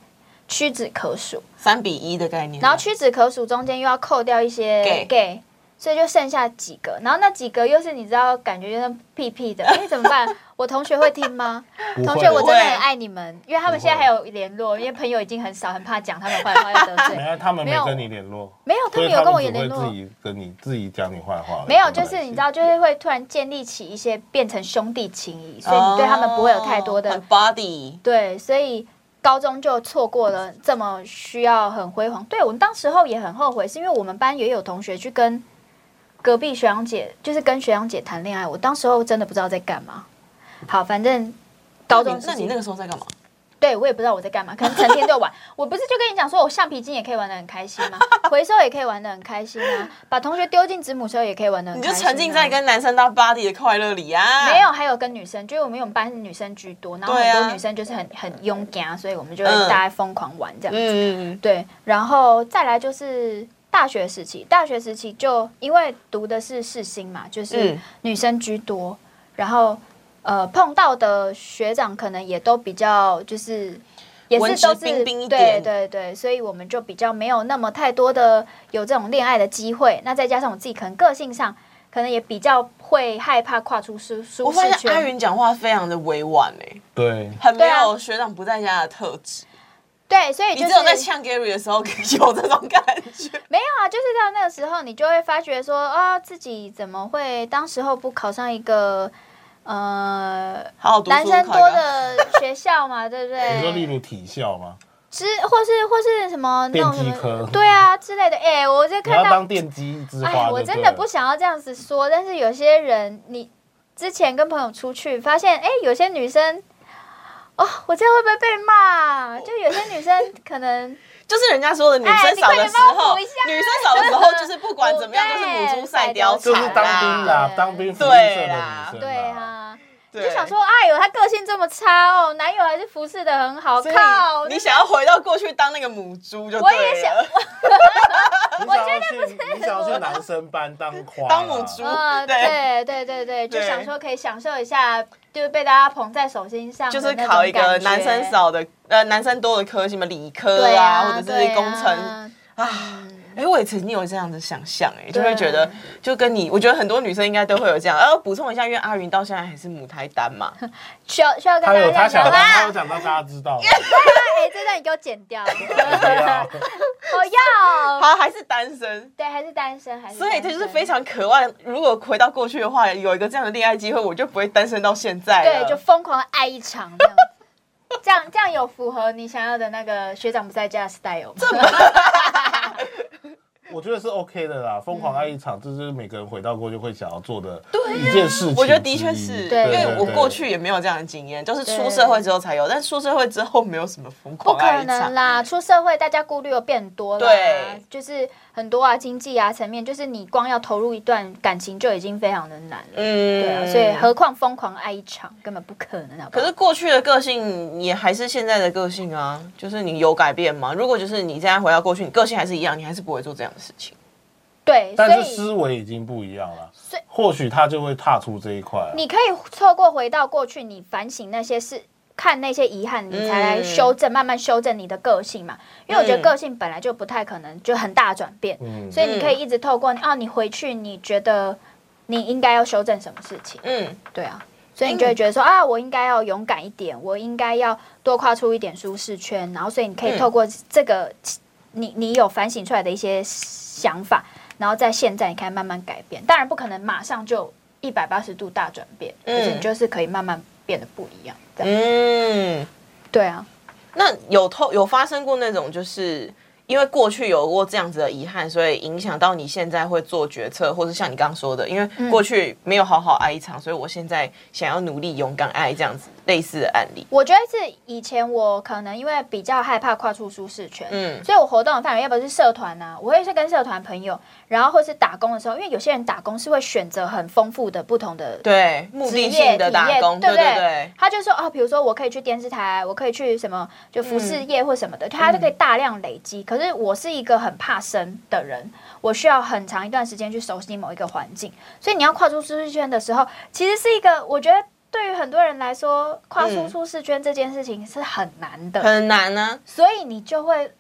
[SPEAKER 1] 屈指可数。
[SPEAKER 3] 嗯
[SPEAKER 2] 三比一的概念。
[SPEAKER 1] 然后屈指可数中间又要扣掉一些
[SPEAKER 2] Gay
[SPEAKER 1] gay，所以就剩下几个，然后那几个又是你知道，感觉就是屁屁 的，哎，怎么办？我同学会听吗？
[SPEAKER 3] 不
[SPEAKER 1] 同
[SPEAKER 3] 会
[SPEAKER 1] 学，我真的
[SPEAKER 2] 不会
[SPEAKER 1] 很爱你们，因为他们现在还有联络，因为朋友已经很少，很怕讲他们坏话要得
[SPEAKER 3] 没
[SPEAKER 1] 罪。
[SPEAKER 3] 有，他们
[SPEAKER 1] 没
[SPEAKER 3] 没
[SPEAKER 1] 有
[SPEAKER 3] 跟你联络，
[SPEAKER 1] 没有，他
[SPEAKER 3] 所
[SPEAKER 1] 们
[SPEAKER 3] 以
[SPEAKER 1] 有跟我
[SPEAKER 3] 只
[SPEAKER 1] 有联
[SPEAKER 3] 会
[SPEAKER 1] 络
[SPEAKER 3] 自，己跟你自己讲你坏话。
[SPEAKER 1] 没有，就是你知道，就是会突然建立起一些变成兄弟情谊，所以你对他们不会有太多
[SPEAKER 3] 哦
[SPEAKER 1] 的
[SPEAKER 2] 哦很 body。
[SPEAKER 1] 对，所以高中就错过了这么需要很辉煌。对我们当时候也很后悔，是因为我们班也有同学去跟隔壁学长姐，就是跟学长姐谈恋爱。我当时候真的不知道在干嘛。好，反正高中
[SPEAKER 2] 那你
[SPEAKER 1] 个，
[SPEAKER 2] 那个时候在干嘛？
[SPEAKER 1] 对我也不知道我在干嘛，可能成天就玩。我不是就跟你讲说，我橡皮筋也可以玩的很开心吗？回收也可以玩的很开心啊，把同学丢进子母车也可以玩的很
[SPEAKER 2] 你
[SPEAKER 1] 开
[SPEAKER 2] 就
[SPEAKER 1] 心、啊。
[SPEAKER 2] 沉浸在跟男生当 body 的快乐里啊！
[SPEAKER 1] 没有，还有跟女生，就是我们我们班是女生居多，然后
[SPEAKER 2] 对
[SPEAKER 1] 很
[SPEAKER 2] 啊
[SPEAKER 1] 多女生就是很很勇敢，所以我们就会
[SPEAKER 2] 嗯
[SPEAKER 1] 大家疯狂玩这样。
[SPEAKER 2] 嗯，嗯，
[SPEAKER 1] 对，然后再来就是大学时期，大学时期就因为读的是世新嘛，就是
[SPEAKER 2] 嗯
[SPEAKER 1] 女生居多，然后呃碰到的学长可能也都比较就是。也
[SPEAKER 2] 文
[SPEAKER 1] 是
[SPEAKER 2] 质
[SPEAKER 1] 都是
[SPEAKER 2] 彬彬一
[SPEAKER 1] 对
[SPEAKER 2] 点
[SPEAKER 1] 对对，所以我们就比较没有那么太多的有这种恋爱的机会。那再加上我自己可能个性上，可能也比较会害怕跨出舒舒
[SPEAKER 2] 我发
[SPEAKER 1] 适
[SPEAKER 2] 现阿
[SPEAKER 1] 圈。
[SPEAKER 2] 云讲话非常的委婉哎，
[SPEAKER 3] 对，
[SPEAKER 2] 很没
[SPEAKER 1] 对啊
[SPEAKER 2] 有学长不在家的特质。
[SPEAKER 1] 对，所以
[SPEAKER 2] 你
[SPEAKER 1] 哎就是
[SPEAKER 2] 只有在呛 Gary 的时候有这种感觉。
[SPEAKER 1] 没有啊，就是到那个时候，你就会发觉说啊，自己怎么会当时候不考上一个呃
[SPEAKER 2] 好好读书，
[SPEAKER 1] 男生
[SPEAKER 2] 快
[SPEAKER 1] 多
[SPEAKER 2] 点，
[SPEAKER 1] 的学校 嘛，对不
[SPEAKER 3] 你说例
[SPEAKER 1] 对？
[SPEAKER 3] 如体校吗？
[SPEAKER 1] 之或是或是什么那种什
[SPEAKER 3] 电机科
[SPEAKER 1] 么，对啊之类的。哎、我就
[SPEAKER 3] 你要
[SPEAKER 1] 看到
[SPEAKER 3] 当，电机之花
[SPEAKER 1] 哎，
[SPEAKER 3] 就
[SPEAKER 1] 我
[SPEAKER 3] 对
[SPEAKER 1] 真的
[SPEAKER 3] 了
[SPEAKER 1] 不想要这样子说，但是有些人，你之前跟朋友出去，发现哎、有些女生。哦，我这样会不会被骂？就有些女生可 能
[SPEAKER 2] 就是人家说的女
[SPEAKER 1] 哎
[SPEAKER 2] 生
[SPEAKER 1] 你
[SPEAKER 2] 少
[SPEAKER 1] 快
[SPEAKER 2] 的
[SPEAKER 1] 点
[SPEAKER 2] 时
[SPEAKER 1] 帮我
[SPEAKER 2] 候，
[SPEAKER 1] 补一下
[SPEAKER 2] 女生少的时候就是不管怎么样都是母猪赛貂
[SPEAKER 1] 对
[SPEAKER 3] 就是
[SPEAKER 2] 蝉
[SPEAKER 3] 当兵啊
[SPEAKER 2] 啦。
[SPEAKER 3] 啦
[SPEAKER 1] 对，
[SPEAKER 3] 当兵服役
[SPEAKER 2] 对
[SPEAKER 3] 社的
[SPEAKER 2] 啦
[SPEAKER 3] 女生，
[SPEAKER 1] 对，啊，
[SPEAKER 2] 对
[SPEAKER 1] 就想说，哎呦，他个性这么差哦，男友还是服侍的很好，
[SPEAKER 2] 所以
[SPEAKER 1] 靠！
[SPEAKER 2] 你想要回到过去当那个母猪就
[SPEAKER 1] 我也
[SPEAKER 2] 对
[SPEAKER 1] 想
[SPEAKER 2] 了。
[SPEAKER 3] 你想要去，你想要去男生班当 花啦，
[SPEAKER 2] 当母 猪
[SPEAKER 1] 呃，对对对对，就
[SPEAKER 2] 对
[SPEAKER 1] 想说可以享受一下，就是被大家捧在手心上的
[SPEAKER 2] 就
[SPEAKER 1] 那种
[SPEAKER 2] 是
[SPEAKER 1] 感觉，
[SPEAKER 2] 考一个男生少的，呃，男生多的科，什么理科
[SPEAKER 1] 对
[SPEAKER 2] 啊，
[SPEAKER 1] 啊，
[SPEAKER 2] 或者是工
[SPEAKER 1] 对
[SPEAKER 2] 程
[SPEAKER 1] 啊
[SPEAKER 2] 啊。哎、我也曾经有这样子想象，哎，就
[SPEAKER 1] 对
[SPEAKER 2] 会觉得，就跟你，我觉得很多女生应该都会有这样。然呃后补充一下，因为阿云到现在还是母胎单嘛，
[SPEAKER 1] 需要需要跟
[SPEAKER 3] 他有
[SPEAKER 1] 大
[SPEAKER 3] 他
[SPEAKER 1] 家
[SPEAKER 3] 想
[SPEAKER 1] 讲
[SPEAKER 3] 到，他
[SPEAKER 1] 啦
[SPEAKER 3] 有，讲到大家知 道，
[SPEAKER 1] 哎，这段你给我剪掉，
[SPEAKER 3] 对 啊
[SPEAKER 1] 我要，
[SPEAKER 2] 她还是单身，
[SPEAKER 1] 对，还是单身，还是
[SPEAKER 2] 所以这
[SPEAKER 1] 单
[SPEAKER 2] 就
[SPEAKER 1] 身
[SPEAKER 2] 是非常渴望。如果回到过去的话，有一个这样的恋爱机会，我就不会单身到现在了。
[SPEAKER 1] 对，就疯狂地爱一场这样子。这样这样有符合你想要的那个学长不在家的 style 吗？
[SPEAKER 3] 我觉得是 OK 的啦。疯狂爱一场，这就是每个人回到过去会想要做的一件事情之一。
[SPEAKER 2] 啊我觉得的确是，
[SPEAKER 1] 嗯对啊
[SPEAKER 2] 因为我
[SPEAKER 3] 对
[SPEAKER 2] 过去也没有这样的经验，就是出社会之后才有，但出社会之后没有什么疯
[SPEAKER 1] 不
[SPEAKER 2] 狂爱
[SPEAKER 1] 可
[SPEAKER 2] 一
[SPEAKER 1] 能
[SPEAKER 2] 场。
[SPEAKER 1] 啦！出社会，大家顾虑又变多了啊、
[SPEAKER 2] 对
[SPEAKER 1] 就是很多啊，经济啊层面，就是你光要投入一段感情就已经非常的难了，
[SPEAKER 2] 嗯
[SPEAKER 1] 对啊，所以何况疯狂爱一场，根本不可能好不好
[SPEAKER 2] 可是过去的个性也还是现在的个性啊，就是你有改变吗？如果就是你现在回到过去，你个性还是一样，你还是不会做这样的事情。
[SPEAKER 1] 对，所
[SPEAKER 3] 但是
[SPEAKER 1] 以
[SPEAKER 3] 思维已经不一样了
[SPEAKER 1] 所以，
[SPEAKER 3] 或许他就会踏出这一块啊。
[SPEAKER 1] 你可以错过回到过去，你反省那些事，看那些遗憾，你才来
[SPEAKER 2] 嗯
[SPEAKER 1] 修正，慢慢修正你的个性嘛。因为我觉得
[SPEAKER 2] 嗯
[SPEAKER 1] 个性本来就不太可能就很大转变，
[SPEAKER 3] 嗯
[SPEAKER 1] 所以你可以一直透过啊，你回去你觉得你应该要修正什么事情。
[SPEAKER 2] 嗯，
[SPEAKER 1] 对啊，所以你就会觉得说、啊，我应该要勇敢一点，我应该要多跨出一点舒适圈，然后所以你可以
[SPEAKER 2] 嗯
[SPEAKER 1] 透过这个，你你有反省出来的一些想法，然后在现在你可以慢慢改变，当然不可能马上就一百八十度大转变，可是你
[SPEAKER 2] 嗯
[SPEAKER 1] 就是可以慢慢变得不一样。这样
[SPEAKER 2] 嗯，
[SPEAKER 1] 对啊，
[SPEAKER 2] 那有透有发生过那种，就是因为过去有过这样子的遗憾，所以影响到你现在会做决策，或是像你刚刚说的，因
[SPEAKER 1] 嗯
[SPEAKER 2] 为过去没有好好爱一场，所以我现在想要努力勇敢爱这样子类似的案例。
[SPEAKER 1] 我觉得是以前我可能因为比较害怕跨出舒适圈，
[SPEAKER 2] 嗯
[SPEAKER 1] 所以我活动的范围要不是社团呐、我会是跟社团朋友，然后或是打工的时候，因为有些人打工是会选择很丰富的不同的
[SPEAKER 2] 对，目
[SPEAKER 1] 职业
[SPEAKER 2] 的性的打工，
[SPEAKER 1] 体验对不
[SPEAKER 2] 对对
[SPEAKER 1] 对
[SPEAKER 2] 对，
[SPEAKER 1] 他就说哦，比如说我可以去电视台，我可以去什么就服饰业或什么
[SPEAKER 2] 嗯
[SPEAKER 1] 的，他就可以大量累积。可是我是一个很怕生的人，我需要很长一段时间去熟悉某一个环境，所以你要跨出舒适圈的时候，其实是一个我觉得。对于很多人来说，跨出
[SPEAKER 2] 嗯
[SPEAKER 1] 舒适圈这件事情是很难的，
[SPEAKER 2] 啊很难呢、
[SPEAKER 1] 所以你就会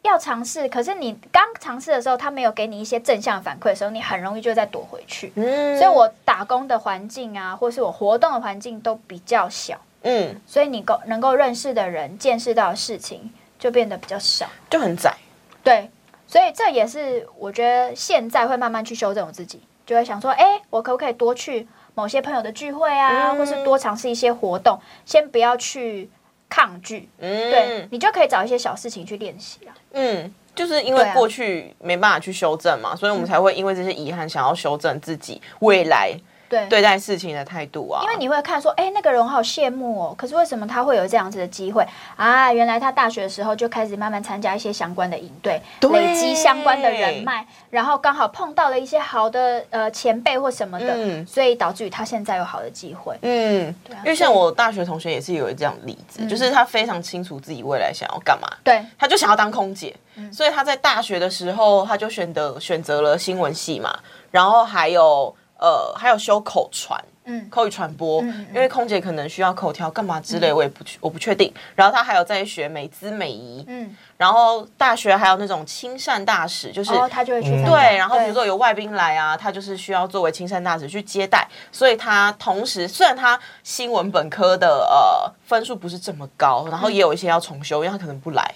[SPEAKER 1] 要尝试，可是你刚尝试的时候，他没有给你一些正向反馈的时候，你很容易就再躲回去。
[SPEAKER 2] 嗯
[SPEAKER 1] 所以我打工的环境啊，或是我活动的环境都比较小，
[SPEAKER 2] 嗯
[SPEAKER 1] 所以你够能够认识的人、见识到的事情就变得比较少。
[SPEAKER 2] 就很窄，
[SPEAKER 1] 对，所以这也是我觉得现在会慢慢去修正我自己，就会想说，哎，我可不可以多去某些朋友的聚会啊，
[SPEAKER 2] 嗯
[SPEAKER 1] 或是多尝试一些活动，先不要去抗拒，
[SPEAKER 2] 嗯
[SPEAKER 1] 对你就可以找一些小事情去练习啊。
[SPEAKER 2] 嗯，就是因
[SPEAKER 1] 对
[SPEAKER 2] 为
[SPEAKER 1] 啊嗯
[SPEAKER 2] 过去没办法去修正嘛，所以我们才会因为这些遗憾想要修正自己未来
[SPEAKER 1] 对
[SPEAKER 2] 对待事情的态度啊。
[SPEAKER 1] 因为你会看说，哎、那个人我好羡慕哦，可是为什么他会有这样子的机会啊？原来他大学的时候就开始慢慢参加一些相关的营队，
[SPEAKER 2] 对
[SPEAKER 1] 累积相关的人脉，然后刚好碰到了一些好的呃前辈或什么的，
[SPEAKER 2] 嗯
[SPEAKER 1] 所以导致于他现在有好的机会。
[SPEAKER 2] 嗯，
[SPEAKER 1] 啊嗯
[SPEAKER 2] 因为像我大学同学也是有这样的例子，就是他非常清楚自己未来想要干嘛，
[SPEAKER 1] 对，嗯
[SPEAKER 2] 他就想要当空姐，所以他在大学的时候他就选择选择了新闻系嘛，然后还有呃还有修口传。
[SPEAKER 1] 嗯
[SPEAKER 2] 口语传播，
[SPEAKER 1] 嗯嗯
[SPEAKER 2] 因为空姐可能需要口条干嘛之类，我也不我不确定。然后他还有在学美姿美仪，
[SPEAKER 1] 嗯，
[SPEAKER 2] 然后大学还有那种亲善大使，就是
[SPEAKER 1] 然后哦他就会去参加、
[SPEAKER 2] 对，然后比如说有外宾来啊，他就是需要作为亲善大使去接待，所以他同时虽然他新闻本科的呃分数不是这么高，然后也有一些要重修，因为他可能不来，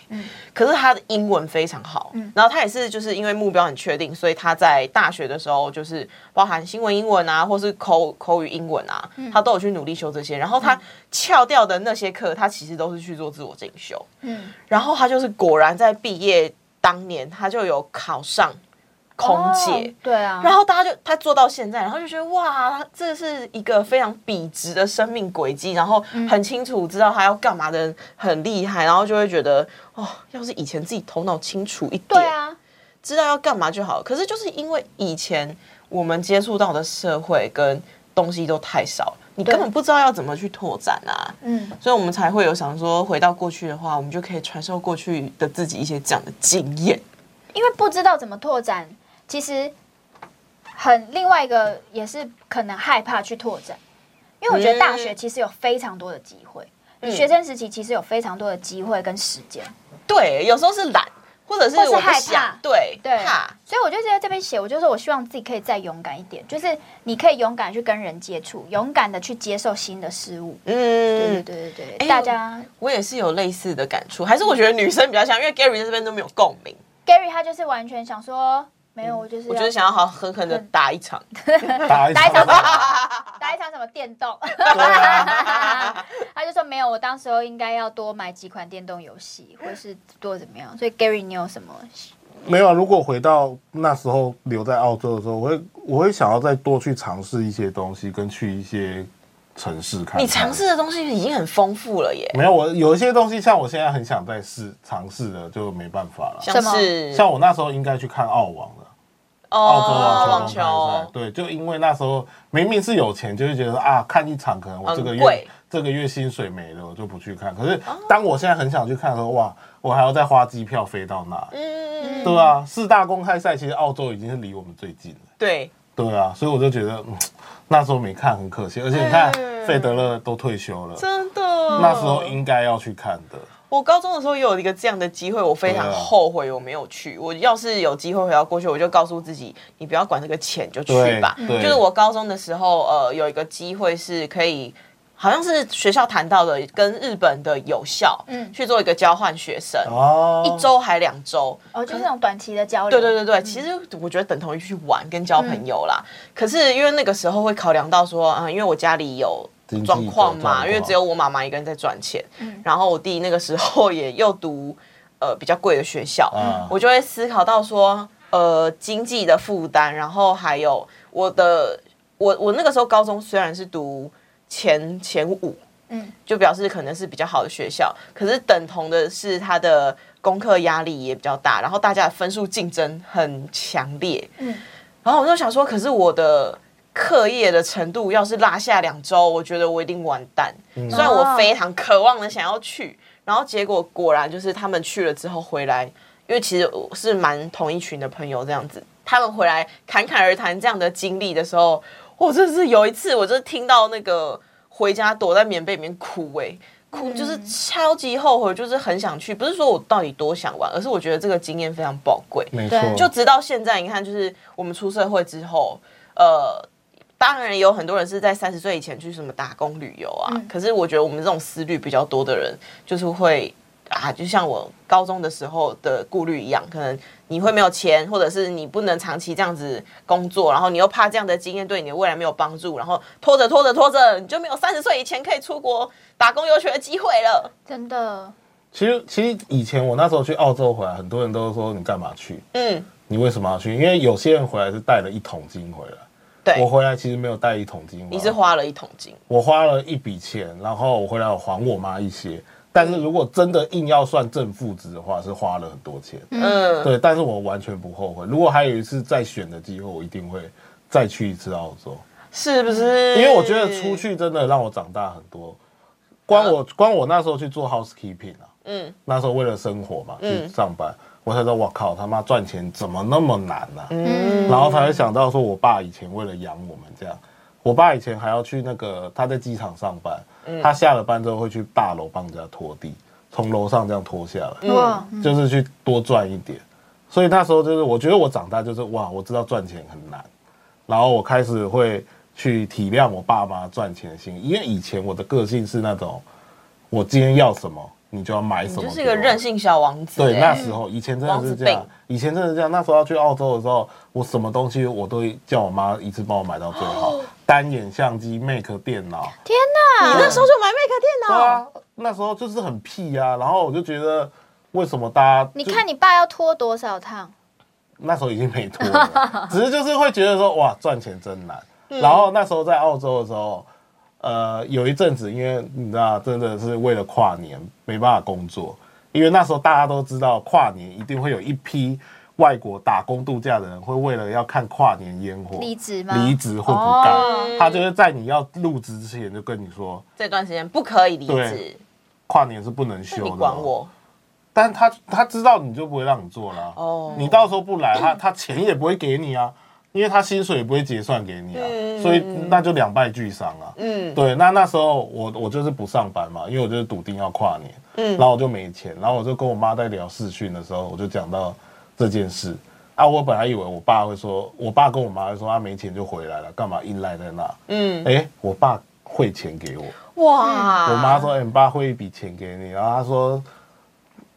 [SPEAKER 2] 可是他的英文非常好，然后他也是就是因为目标很确定，所以他在大学的时候就是包含新闻英文啊，或是口口语英文啊，他都有去努力修这些，然后他翘掉的那些课，他其实都是去做自我进修，
[SPEAKER 1] 嗯，
[SPEAKER 2] 然后哦他就是果然在毕业当年，他就有考上空姐。
[SPEAKER 1] 哦对啊，
[SPEAKER 2] 然后大家就他做到现在，然后就觉得哇，他这是一个非常笔直的生命轨迹，然后
[SPEAKER 1] 嗯
[SPEAKER 2] 很清楚知道他要干嘛的人，很厉害，然后就会觉得哦，要是以前自己头脑清楚一点，
[SPEAKER 1] 对啊，
[SPEAKER 2] 知道要干嘛就好了。可是就是因为以前我们接触到的社会跟东西都太少了，你根本不知道要怎么去拓展啊。
[SPEAKER 1] 嗯，
[SPEAKER 2] 所以我们才会有想说，回到过去的话，我们就可以传授过去的自己一些这样的经验。
[SPEAKER 1] 因为不知道怎么拓展，其实很另外一个也是可能害怕去拓展，因为我觉得大学其实有非常多的机会，你学生时期其实有非常多的机会跟时间，
[SPEAKER 2] 对，有时候是懒，或者是
[SPEAKER 1] 或是
[SPEAKER 2] 我不
[SPEAKER 1] 害
[SPEAKER 2] 想
[SPEAKER 1] 怕
[SPEAKER 2] 对
[SPEAKER 1] 对
[SPEAKER 2] 怕，，
[SPEAKER 1] 所以我就在这边写，我就说我希望自己可以再勇敢一点，就是你可以勇敢去跟人接触，勇敢的去接受新的事物，对对对
[SPEAKER 2] 嗯，
[SPEAKER 1] 对
[SPEAKER 2] 哎
[SPEAKER 1] 对，大家
[SPEAKER 2] 我也是有类似的感触，还是我觉得女生比较像，因为 Gary 这边都没有共鸣，
[SPEAKER 1] Gary 他就是完全想说。没有，我就是
[SPEAKER 2] 我
[SPEAKER 1] 要
[SPEAKER 2] 就是想要好狠狠的打一场。
[SPEAKER 3] 打一
[SPEAKER 1] 打一场什
[SPEAKER 3] 场，
[SPEAKER 1] 么？打一场什么电动？
[SPEAKER 2] 啊
[SPEAKER 1] 他就说没有，我当时候应该要多买几款电动游戏，或是多怎么样。所以 Gary，你有什么？
[SPEAKER 3] 没有啊。如果回到那时候留在澳洲的时候，我会我会想要再多去尝试一些东西，跟去一些城市看看。
[SPEAKER 2] 你尝试的东西已经很丰富了耶，
[SPEAKER 3] 没有？我有一些东西，像我现在很想再试尝试的，就没办法了。
[SPEAKER 2] 像
[SPEAKER 1] 什么
[SPEAKER 2] 是
[SPEAKER 3] 像我那时候应该去看澳网了。澳洲
[SPEAKER 2] 哦
[SPEAKER 3] 网
[SPEAKER 2] 网
[SPEAKER 3] 球公开赛，
[SPEAKER 2] 球，
[SPEAKER 3] 对，就因为那时候明明是有钱，就会觉得啊，看一场可能我这个
[SPEAKER 2] 很
[SPEAKER 3] 月
[SPEAKER 2] 贵哦
[SPEAKER 3] 这个月薪水没了，我就不去看。可是当我现在很想去看的时候，哇，我还要再花机票飞到那，
[SPEAKER 2] 嗯，
[SPEAKER 3] 对啊，四大公开赛其实澳洲已经是离我们最近了，
[SPEAKER 2] 对，
[SPEAKER 3] 对啊，所以我就觉得、嗯、那时候没看很可惜，而且你看
[SPEAKER 2] 嗯
[SPEAKER 3] 费德勒都退休了，
[SPEAKER 2] 真的。
[SPEAKER 3] 那时候应该要去看的。
[SPEAKER 2] 我高中的时候也有一个这样的机会，我非常
[SPEAKER 3] 对啊
[SPEAKER 2] 后悔我没有去。我要是有机会回到过去，我就告诉自己，你不要管这个钱，就去
[SPEAKER 3] 对
[SPEAKER 2] 吧。
[SPEAKER 3] 对
[SPEAKER 2] 就是我高中的时候，呃，有一个机会是可以，好像是学校谈到的，跟日本的有校，
[SPEAKER 1] 嗯
[SPEAKER 2] 去做一个交换学生，
[SPEAKER 3] 哦，
[SPEAKER 2] 一周还两周。
[SPEAKER 1] 哦，就是那种短期的交流。
[SPEAKER 2] 对对对对，其实我觉得等同于去玩跟交朋友啦。可是因为那个时候会考量到说，啊、因为我家里有
[SPEAKER 3] 经济
[SPEAKER 2] 状况
[SPEAKER 3] 的
[SPEAKER 2] 嘛，
[SPEAKER 3] 状
[SPEAKER 2] 因为只有我妈妈一个人在赚钱，然后我弟那个时候也又读呃比较贵的学校，
[SPEAKER 3] 嗯
[SPEAKER 2] 我就会思考到说，呃经济的负担，然后还有我的我我那个时候高中虽然是读前前五，
[SPEAKER 1] 嗯
[SPEAKER 2] 就表示可能是比较好的学校，可是等同的是他的功课压力也比较大，然后大家的分数竞争很强烈，
[SPEAKER 1] 嗯，
[SPEAKER 2] 然后我就想说，可是我的课业的程度要是落下两周，我觉得我一定完蛋。虽然我非常渴望的想要去，然后结果果然就是他们去了之后回来，因为其实我是蛮同一群的朋友这样子，他们回来侃侃而谈这样的经历的时候，我真的是有一次，我就是听到那个回家躲在棉被里面哭哎、哭，就是超级后悔，就是很想去。不是说我到底多想玩，而是我觉得这个经验非常宝贵。
[SPEAKER 3] 没
[SPEAKER 1] 对
[SPEAKER 3] 错，
[SPEAKER 2] 就直到现在，你看，就是我们出社会之后，呃，当然有很多人是在三十岁以前去什么打工旅游啊。可是我觉得我们这种思虑比较多的人，就是会啊，就像我高中的时候的顾虑一样，可能你会没有钱，或者是你不能长期这样子工作，然后你又怕这样的经验对你的未来没有帮助，然后拖着拖着拖着，你就没有三十岁以前可以出国打工游学的机会了。
[SPEAKER 1] 真的，
[SPEAKER 3] 其实其实以前我那时候去澳洲回来，很多人都说你干嘛去？
[SPEAKER 2] 嗯，
[SPEAKER 3] 你为什么要去？因为有些人回来是带了一桶金回来，
[SPEAKER 2] 对
[SPEAKER 3] 我，回来其实没有带一桶金回来，
[SPEAKER 2] 哎你是花了一桶金，
[SPEAKER 3] 我花了一笔钱，然后我回来我还我妈一些。但是如果真的硬要算正负值的话，是花了很多钱。
[SPEAKER 2] 嗯，
[SPEAKER 3] 对，但是我完全不后悔。如果还有一次再选的机会，我一定会再去一次澳洲，
[SPEAKER 2] 是不是？
[SPEAKER 3] 因为我觉得出去真的让我长大很多。光我光我那时候去做 housekeeping 啊，
[SPEAKER 2] 嗯，
[SPEAKER 3] 那时候为了生活嘛去
[SPEAKER 2] 嗯
[SPEAKER 3] 上班，我才知道我靠他妈赚钱怎么那么难啊。
[SPEAKER 1] 嗯，
[SPEAKER 3] 然后才会想到说，我爸以前为了养我们这样，我爸以前还要去那个他在机场上班，
[SPEAKER 2] 嗯
[SPEAKER 3] 他下了班之后会去大楼帮人家拖地，从楼上这样拖下
[SPEAKER 2] 嗯
[SPEAKER 3] 来，
[SPEAKER 1] 嗯哇，
[SPEAKER 3] 就是去多赚一点。所以那时候就是，我觉得我长大就是哇，我知道赚钱很难，然后我开始会去体谅我爸妈赚钱的心，因为以前我的个性是那种，我今天要什么你就要买什么
[SPEAKER 2] 你
[SPEAKER 3] 给我，
[SPEAKER 2] 就
[SPEAKER 3] 啊
[SPEAKER 2] 是一个任性小王子、
[SPEAKER 3] 对，
[SPEAKER 2] 欸
[SPEAKER 3] 那时候以前真的是这样
[SPEAKER 2] 王子，
[SPEAKER 3] 以前真的是这样。那时候要去澳洲的时候，我什么东西我都叫我妈一次帮我买到最好，单眼相机、Mac 电脑。
[SPEAKER 1] 天哪，
[SPEAKER 2] 你那时候就买 Mac 电
[SPEAKER 3] 对
[SPEAKER 2] 脑，
[SPEAKER 3] 啊，那时候就是很屁啊。然后我就觉得，为什么大家
[SPEAKER 1] 你
[SPEAKER 3] 就
[SPEAKER 1] 看你爸要拖多少趟？
[SPEAKER 3] 那时候已经没拖 了，只是就是会觉得说哇，赚钱真难。
[SPEAKER 1] 嗯
[SPEAKER 3] 然后那时候在澳洲的时候，呃，有一阵子，因为你知道，真的是为了跨年没办法工作，因为那时候大家都知道跨年一定会有一批外国打工度假的人会为了要看跨年烟火
[SPEAKER 1] 离职吗
[SPEAKER 3] 离职或不干，
[SPEAKER 1] 哦
[SPEAKER 3] 他就是在你要入职之前就跟你说，
[SPEAKER 2] 这段时间不可以离职
[SPEAKER 3] 对，跨年是不能
[SPEAKER 2] 那
[SPEAKER 3] 休
[SPEAKER 2] 你
[SPEAKER 3] 的哦，
[SPEAKER 2] 管我
[SPEAKER 3] 但他他知道你就不会让你做啦、
[SPEAKER 2] 哦
[SPEAKER 3] 你到时候不来，他他钱也不会给你啊，因为他薪水也不会结算给你啊，
[SPEAKER 2] 嗯
[SPEAKER 3] 所以那就两败俱伤啊。
[SPEAKER 2] 嗯
[SPEAKER 3] 对，那那时候我我就是不上班嘛，因为我就是笃定要跨年，
[SPEAKER 2] 嗯
[SPEAKER 3] 然后我就没钱，然后我就跟我妈在聊视讯的时候，我就讲到这件事啊，我本来以为我爸会说，我爸跟我妈会说他、啊、没钱就回来了，干嘛硬赖在那？
[SPEAKER 2] 嗯，
[SPEAKER 3] 哎、我爸汇钱给我，
[SPEAKER 2] 哇，
[SPEAKER 3] 我
[SPEAKER 2] 啊
[SPEAKER 3] 妈说：“哎、你爸汇一笔钱给你。”然后她说：“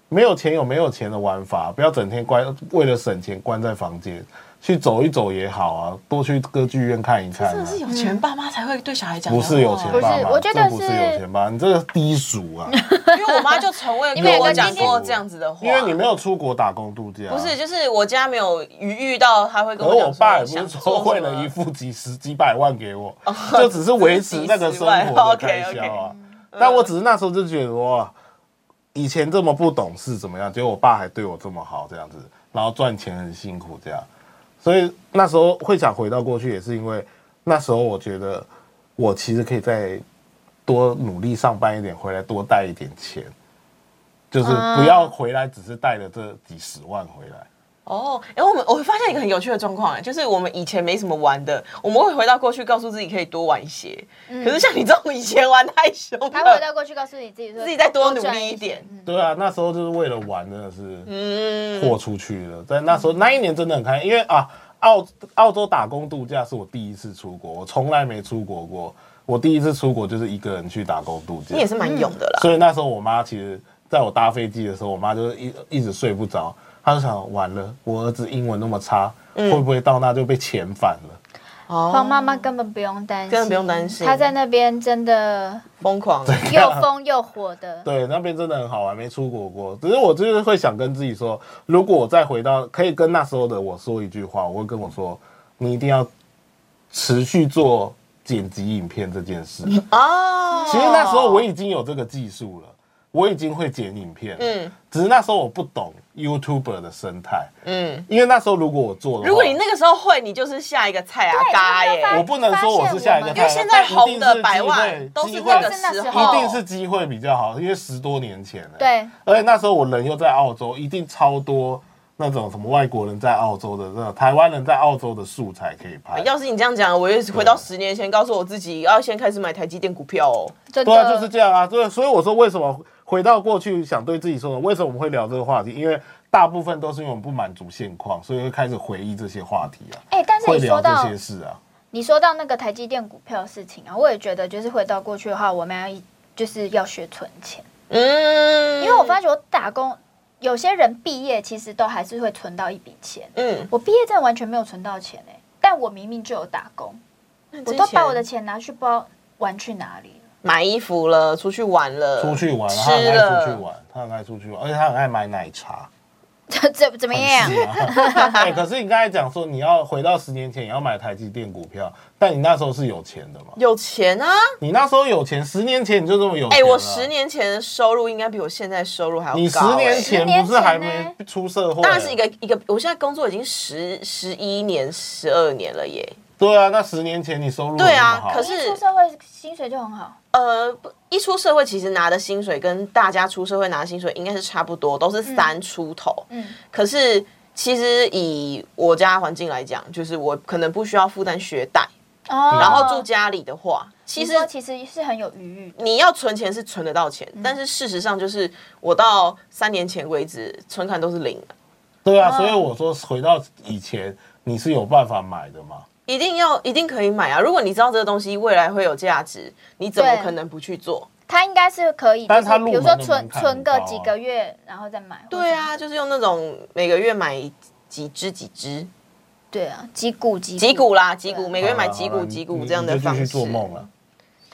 [SPEAKER 3] 没有钱有没有钱的玩法，不要整天关为了省钱关在房间，去走一走也好啊，多去歌剧院看一看、啊。”
[SPEAKER 2] 真的是有钱爸妈才会对小孩讲，
[SPEAKER 3] 不是有钱
[SPEAKER 1] 不
[SPEAKER 3] 爸
[SPEAKER 1] 是
[SPEAKER 3] 妈，
[SPEAKER 1] 我觉得
[SPEAKER 3] 这不是
[SPEAKER 1] 是
[SPEAKER 3] 有钱爸，你这个低俗 啊！
[SPEAKER 2] 因为我妈就从未
[SPEAKER 1] 你们两
[SPEAKER 2] 跟我
[SPEAKER 1] 个
[SPEAKER 2] 讲
[SPEAKER 1] 今天
[SPEAKER 2] 过这样子的话，
[SPEAKER 3] 因为你没有出国打工度假、啊
[SPEAKER 2] 不是，。就是我家没有余遇到他会跟
[SPEAKER 3] 可是
[SPEAKER 2] 讲
[SPEAKER 3] 我
[SPEAKER 2] 说
[SPEAKER 3] 爸也不
[SPEAKER 2] 想
[SPEAKER 3] 是
[SPEAKER 2] 做
[SPEAKER 3] 说
[SPEAKER 2] 什
[SPEAKER 3] 为了
[SPEAKER 2] 么哦
[SPEAKER 3] 一副几十几百万给我，就只是维 持那个生活的开销啊。但
[SPEAKER 2] 嗯
[SPEAKER 3] 我只是那时候就觉得哇，以前这么不懂事怎么样，结果我爸还对我这么好这样子，然后赚钱很辛苦这样，所以那时候会想回到过去，也是因为那时候我觉得我其实可以再多努力上班一点，回来多带一点钱，就是
[SPEAKER 2] 啊
[SPEAKER 3] 不要回来只是带了这几十万回来。
[SPEAKER 2] 哦，然后我们我发现一个很有趣的状况，哎，就是我们以前没什么玩的，我们会回到过去，告诉自己可以多玩一些。可是像你这种以前玩太凶了，
[SPEAKER 1] 嗯他回到过去告诉你自己说，
[SPEAKER 2] 自己再多努
[SPEAKER 1] 赚
[SPEAKER 2] 力一
[SPEAKER 1] 些
[SPEAKER 2] 点
[SPEAKER 1] 嗯
[SPEAKER 3] 对啊，那时候就是为了玩，真的是，
[SPEAKER 2] 嗯，
[SPEAKER 3] 豁出去了。在那时候那一年真的很开心，因为啊，澳澳洲打工度假是我第一次出国，我从来没出国过。我第一次出国就是一个人去打工度假
[SPEAKER 2] 你，也是蛮勇的啦。
[SPEAKER 3] 所以那时候我妈其实在我搭飞机的时候，我妈就是一一直睡不着，她就想完了，我儿子英文那么差，
[SPEAKER 2] 嗯
[SPEAKER 3] 会不会到那就被遣返了？
[SPEAKER 1] 黄
[SPEAKER 2] 哦，
[SPEAKER 1] 妈妈根本不用担心，
[SPEAKER 2] 根本不用担心
[SPEAKER 1] 她在那边真的
[SPEAKER 2] 疯狂，
[SPEAKER 1] 又疯又火的。
[SPEAKER 3] 对，那边真的很好玩，没出国过。只是我就是会想跟自己说，如果我再回到，可以跟那时候的我说一句话，我会跟我说，你一定要持续做剪辑影片这件事。其
[SPEAKER 2] 哦，
[SPEAKER 3] 实那时候我已经有这个技术了，我已经会剪影片，嗯
[SPEAKER 2] 嗯，
[SPEAKER 3] 只是那时候我不懂 YouTuber 的生态，
[SPEAKER 2] 嗯，
[SPEAKER 3] 因为那时候如果我做的话，
[SPEAKER 2] 如果你那个时候会，你就是下一个菜啊嘎耶。
[SPEAKER 3] 哦我不能说我是下一个
[SPEAKER 1] 因
[SPEAKER 3] 菜，
[SPEAKER 1] 为
[SPEAKER 2] 现在
[SPEAKER 3] 但一定
[SPEAKER 2] 红的
[SPEAKER 3] 是
[SPEAKER 2] 百
[SPEAKER 3] 机
[SPEAKER 2] 万
[SPEAKER 3] 会
[SPEAKER 2] 都
[SPEAKER 3] 机
[SPEAKER 2] 是
[SPEAKER 3] 会
[SPEAKER 2] 那个
[SPEAKER 1] 是那
[SPEAKER 2] 时
[SPEAKER 1] 时
[SPEAKER 2] 候，
[SPEAKER 1] 候
[SPEAKER 3] 一定是机会比较好，因为十多年前、欸。
[SPEAKER 1] 对，
[SPEAKER 3] 而且那时候我人又在澳洲，一定超多那种什么外国人在澳洲的、那种台湾人在澳洲的素材可以拍。
[SPEAKER 2] 啊要是你这样讲，我也回到十年前，告诉我自己要先开始买台积电股票哦。
[SPEAKER 1] 真
[SPEAKER 3] 对啊，就是
[SPEAKER 1] 的，
[SPEAKER 3] 这样啊。对，所以我说为什么回到过去想对自己说的，为什么我们会聊这个话题？因为大部分都是因为我们不满足现况，所以会开始回忆这些话题啊，
[SPEAKER 1] 哎，但是
[SPEAKER 3] 会
[SPEAKER 1] 你说
[SPEAKER 3] 聊这
[SPEAKER 1] 到
[SPEAKER 3] 些事啊。
[SPEAKER 1] 你说到那个台积电股票的事情啊，我也觉得就是回到过去的话，我们要一就是要学存钱，
[SPEAKER 2] 嗯，
[SPEAKER 1] 因为我发觉我打工有些人毕业其实都还是会存到一笔钱，
[SPEAKER 2] 嗯，
[SPEAKER 1] 我毕业证完全没有存到钱哎、但我明明就有打工，我都把我的钱拿去不知道玩去哪里了。
[SPEAKER 2] 买衣服了，出去玩了，
[SPEAKER 3] 出去玩，
[SPEAKER 2] 呃
[SPEAKER 3] 啊
[SPEAKER 2] 吃
[SPEAKER 3] 他很爱
[SPEAKER 2] 了，
[SPEAKER 3] 出去玩，他很爱出去玩，而且他很爱买奶茶。
[SPEAKER 1] 这怎怎么样？
[SPEAKER 3] 哎，可是你刚才讲说你要回到十年前，你要买台积电股票，但你那时候是有钱的嘛？
[SPEAKER 2] 有钱啊！
[SPEAKER 3] 你那时候有钱，十年前你就这么有钱了。啊
[SPEAKER 2] 哎、我十年前的收入应该比我现在收入还要高、
[SPEAKER 3] 你十年
[SPEAKER 2] 哎
[SPEAKER 3] 前不是还没出社会？
[SPEAKER 2] 当然是一个一个，我现在工作已经十十一年、十二年了耶。
[SPEAKER 3] 对啊，那十年前你收入
[SPEAKER 2] 对啊
[SPEAKER 3] 有那么好
[SPEAKER 2] 可是
[SPEAKER 1] 一出社会薪水就很好，
[SPEAKER 2] 呃，不一出社会，其实拿的薪水跟大家出社会拿的薪水应该是差不多，都是三出头。
[SPEAKER 1] 嗯，
[SPEAKER 2] 可是其实以我家环境来讲，就是我可能不需要负担学贷，
[SPEAKER 1] 哦，
[SPEAKER 2] 然后住家里的话，其
[SPEAKER 1] 你
[SPEAKER 2] 实
[SPEAKER 1] 说嗯其实是很有余裕的，
[SPEAKER 2] 你要存钱是存得到钱，但是事实上就是我到三年前为止，存款都是零，
[SPEAKER 3] 对
[SPEAKER 2] 嗯
[SPEAKER 3] 啊，所以我说回到以前，你是有办法买的嘛？
[SPEAKER 2] 一定要一定可以买啊！如果你知道这个东西未来会有价值，你怎么
[SPEAKER 1] 对
[SPEAKER 2] 可能不去做？
[SPEAKER 1] 他应该是可以，
[SPEAKER 3] 但是
[SPEAKER 1] 就
[SPEAKER 3] 他
[SPEAKER 1] 是
[SPEAKER 3] 入
[SPEAKER 1] 比
[SPEAKER 3] 门
[SPEAKER 1] 如说
[SPEAKER 3] 的
[SPEAKER 1] 存
[SPEAKER 3] 门槛
[SPEAKER 1] 存
[SPEAKER 3] 很
[SPEAKER 1] 个
[SPEAKER 3] 高啊
[SPEAKER 1] 几个月，然后再买。
[SPEAKER 2] 对，啊，就是用那种每个月买几只几只
[SPEAKER 1] 对啊，几股几
[SPEAKER 2] 几股啦，几股
[SPEAKER 1] 对
[SPEAKER 2] 每个月买
[SPEAKER 3] 好啦
[SPEAKER 2] 几
[SPEAKER 3] 好啦
[SPEAKER 2] 股
[SPEAKER 3] 啊你
[SPEAKER 2] 几股
[SPEAKER 3] 你
[SPEAKER 2] 这样的
[SPEAKER 3] 你就
[SPEAKER 2] 方
[SPEAKER 3] 继
[SPEAKER 2] 式。
[SPEAKER 3] 续做梦啊了。